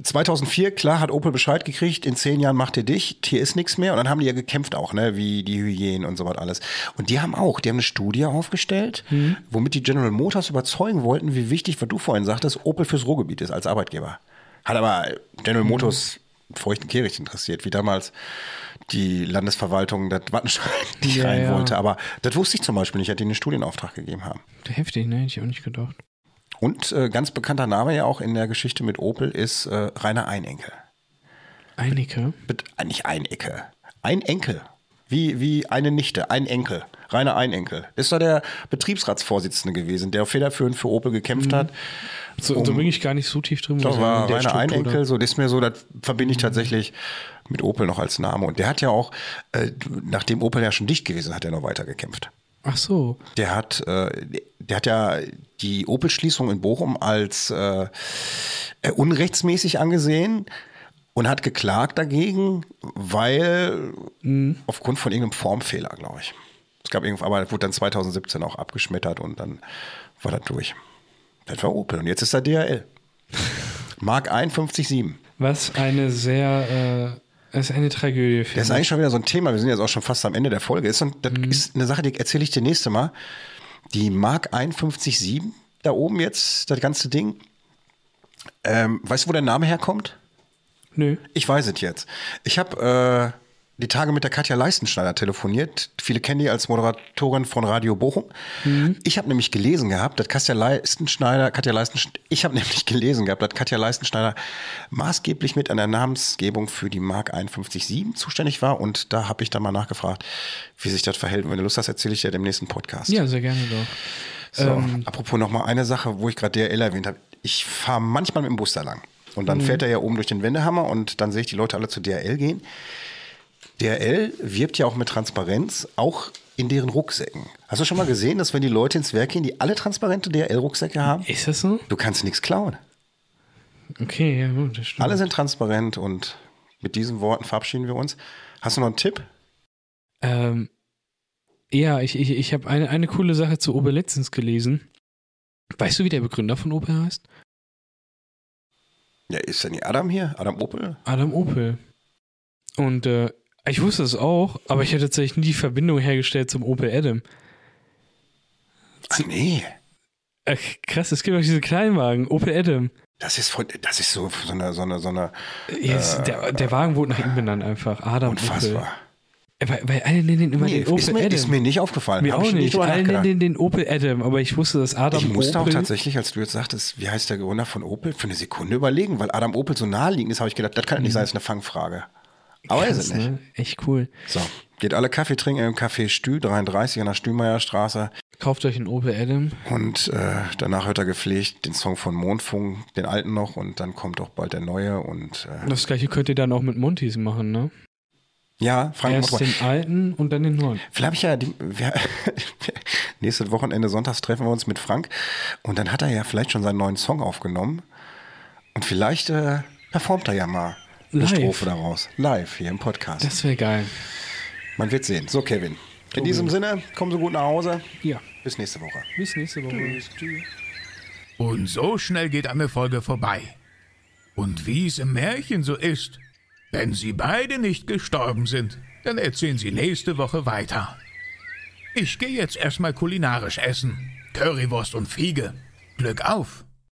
B: 2004, klar, hat Opel Bescheid gekriegt, in zehn Jahren macht ihr dich, hier ist nichts mehr. Und dann haben die ja gekämpft auch, ne, wie die Hyänen und so was alles. Und die haben auch, die haben eine Studie aufgestellt,
C: Mhm.
B: womit die General Motors überzeugen wollten, wie wichtig, was du vorhin sagtest, Opel fürs Ruhrgebiet ist als Arbeitgeber. Hat aber General
C: Mhm.
B: Motors feuchten Kehricht interessiert, wie damals die Landesverwaltung das Wattenscheid nicht
C: Ja,
B: rein
C: ja.
B: wollte. Aber das wusste ich zum Beispiel nicht, hätte ihnen einen Studienauftrag gegeben haben.
C: Heftig, ne? Hätte ich auch nicht gedacht.
B: Und äh, ganz bekannter Name ja auch in der Geschichte mit Opel ist äh, Rainer Einenkel.
C: Einige.
B: Mit, äh, nicht ein Ecke. Ein Enkel. Wie, wie eine Nichte, ein Enkel. Rainer Einenkel. Ist da der Betriebsratsvorsitzende gewesen, der federführend für Opel gekämpft hat.
C: Mhm. So, so bin ich gar nicht so tief drin. muss
B: Das
C: ich
B: Um war
C: sagen, in der
B: Rainer
C: Struktur da.
B: Einenkel, so das ist mir so, das verbinde ich tatsächlich mit Opel noch als Name. Und der hat ja auch, äh, nachdem Opel ja schon dicht gewesen, hat er noch weiter gekämpft.
C: Ach so.
B: Der hat, äh, der hat ja die Opel-Schließung in Bochum als äh, äh, unrechtsmäßig angesehen und hat geklagt dagegen, weil aufgrund von irgendeinem Formfehler, glaube ich. Es gab irgendwo, aber das wurde dann 2017 auch abgeschmettert und dann war das durch. Das war Opel und jetzt ist da DHL. Mark 51,7.
C: Was eine sehr, äh, ist eine Tragödie. finde
B: Das ist eigentlich schon wieder so ein Thema. Wir sind jetzt auch schon fast am Ende der Folge. Ist, und das ist eine Sache, die erzähle ich dir nächste Mal. Die Mark 51.7 da oben jetzt, das ganze Ding. Ähm, weißt du, wo der Name herkommt?
C: ich. Nö.
B: Ich weiß es jetzt. Ich habe äh, die Tage mit der Katja Leistenschneider telefoniert. Viele kennen die als Moderatorin von Radio Bochum. Ich habe nämlich gelesen gehabt, dass Katja Leistenschneider, Katja Leistenschneider, ich habe nämlich gelesen gehabt, dass Katja Leistenschneider maßgeblich mit an der Namensgebung für die Mark 51.7 zuständig war. Und da habe ich dann mal nachgefragt, wie sich das verhält. Und wenn du Lust hast, erzähle ich dir dem nächsten Podcast.
C: Ja, sehr gerne doch.
B: So,
C: Ähm,
B: apropos noch mal eine Sache, wo ich gerade DRL erwähnt habe. Ich fahre manchmal mit dem Bus da lang. Und
C: Mhm.
B: dann fährt er ja oben durch den Wendehammer und dann sehe ich die Leute alle zu DRL gehen. DRL wirbt ja auch mit Transparenz, auch in deren Rucksäcken. Hast du schon mal gesehen, dass wenn die Leute ins Werk gehen, die alle transparente DRL-Rucksäcke haben?
C: Ist das so?
B: Du kannst nichts klauen.
C: Okay, ja gut, das stimmt.
B: Alle sind transparent und mit diesen Worten verabschieden wir uns. Hast du noch einen Tipp?
C: Ähm, ja, ich, ich, ich habe eine, eine coole Sache zu Ober letztens gelesen. Weißt du, wie der Begründer von Opel heißt?
B: Ja, ist denn nicht Adam hier? Adam Opel?
C: Adam Opel. Und äh, ich wusste es auch, aber ich hatte tatsächlich nie die Verbindung hergestellt zum Opel Adam.
B: Ach nee,
C: Ach, krass, es gibt auch diese Kleinwagen, Opel Adam.
B: das ist, voll, das ist so, so eine, so eine, so eine
C: Ja, es- der, der Wagen wurde nach ihm benannt einfach. Adam
B: unfassbar.
C: Opel. Äh, Weil, weil alle nennen ihn immer
B: Nee,
C: den Opel
B: ist, mir,
C: Adam.
B: ist mir nicht aufgefallen.
C: Mir
B: Hab
C: auch
B: ich
C: nicht.
B: drüber
C: Alle nennen
B: nachgedacht.
C: den, den Opel Adam, aber ich wusste, dass Adam
B: Ich musste auch
C: Opel...
B: tatsächlich, als du jetzt sagtest, wie heißt der Gründer von Opel, für eine Sekunde überlegen, weil Adam Opel so naheliegend ist, habe ich gedacht, das kann nicht sein, das ist eine Fangfrage. Aber
C: Mhm.
B: ist
C: Krass,
B: es nicht.
C: ne? Echt cool.
B: So, geht alle Kaffee trinken im Café Stü 33 an der Stümeier Straße
C: Kauft euch einen Opel Adam.
B: und äh, danach hört er gepflegt den Song von Mondfunk, den alten noch und dann kommt auch bald der neue und äh,
C: Das gleiche könnt ihr dann auch mit Montys machen, ne?
B: ja, Frank
C: Erst
B: Mondfunk.
C: den alten und dann den neuen.
B: Vielleicht habe ich ja, die, wir, nächstes Wochenende sonntags treffen wir uns mit Frank und dann hat er ja vielleicht schon seinen neuen Song aufgenommen und vielleicht äh, performt er ja mal eine
C: Live.
B: Strophe daraus. Live hier im Podcast.
C: Das wäre geil.
B: Man wird sehen. So, Kevin. In diesem Sinne, kommen Sie gut nach Hause.
C: Ja,
B: Bis nächste Woche.
C: bis nächste Woche. Tschüss.
A: Und so schnell geht eine Folge vorbei. Und wie es im Märchen so ist, wenn sie beide nicht gestorben sind, dann erzählen sie nächste Woche weiter. Ich gehe jetzt erstmal kulinarisch essen. Currywurst und Fiege. Glück auf!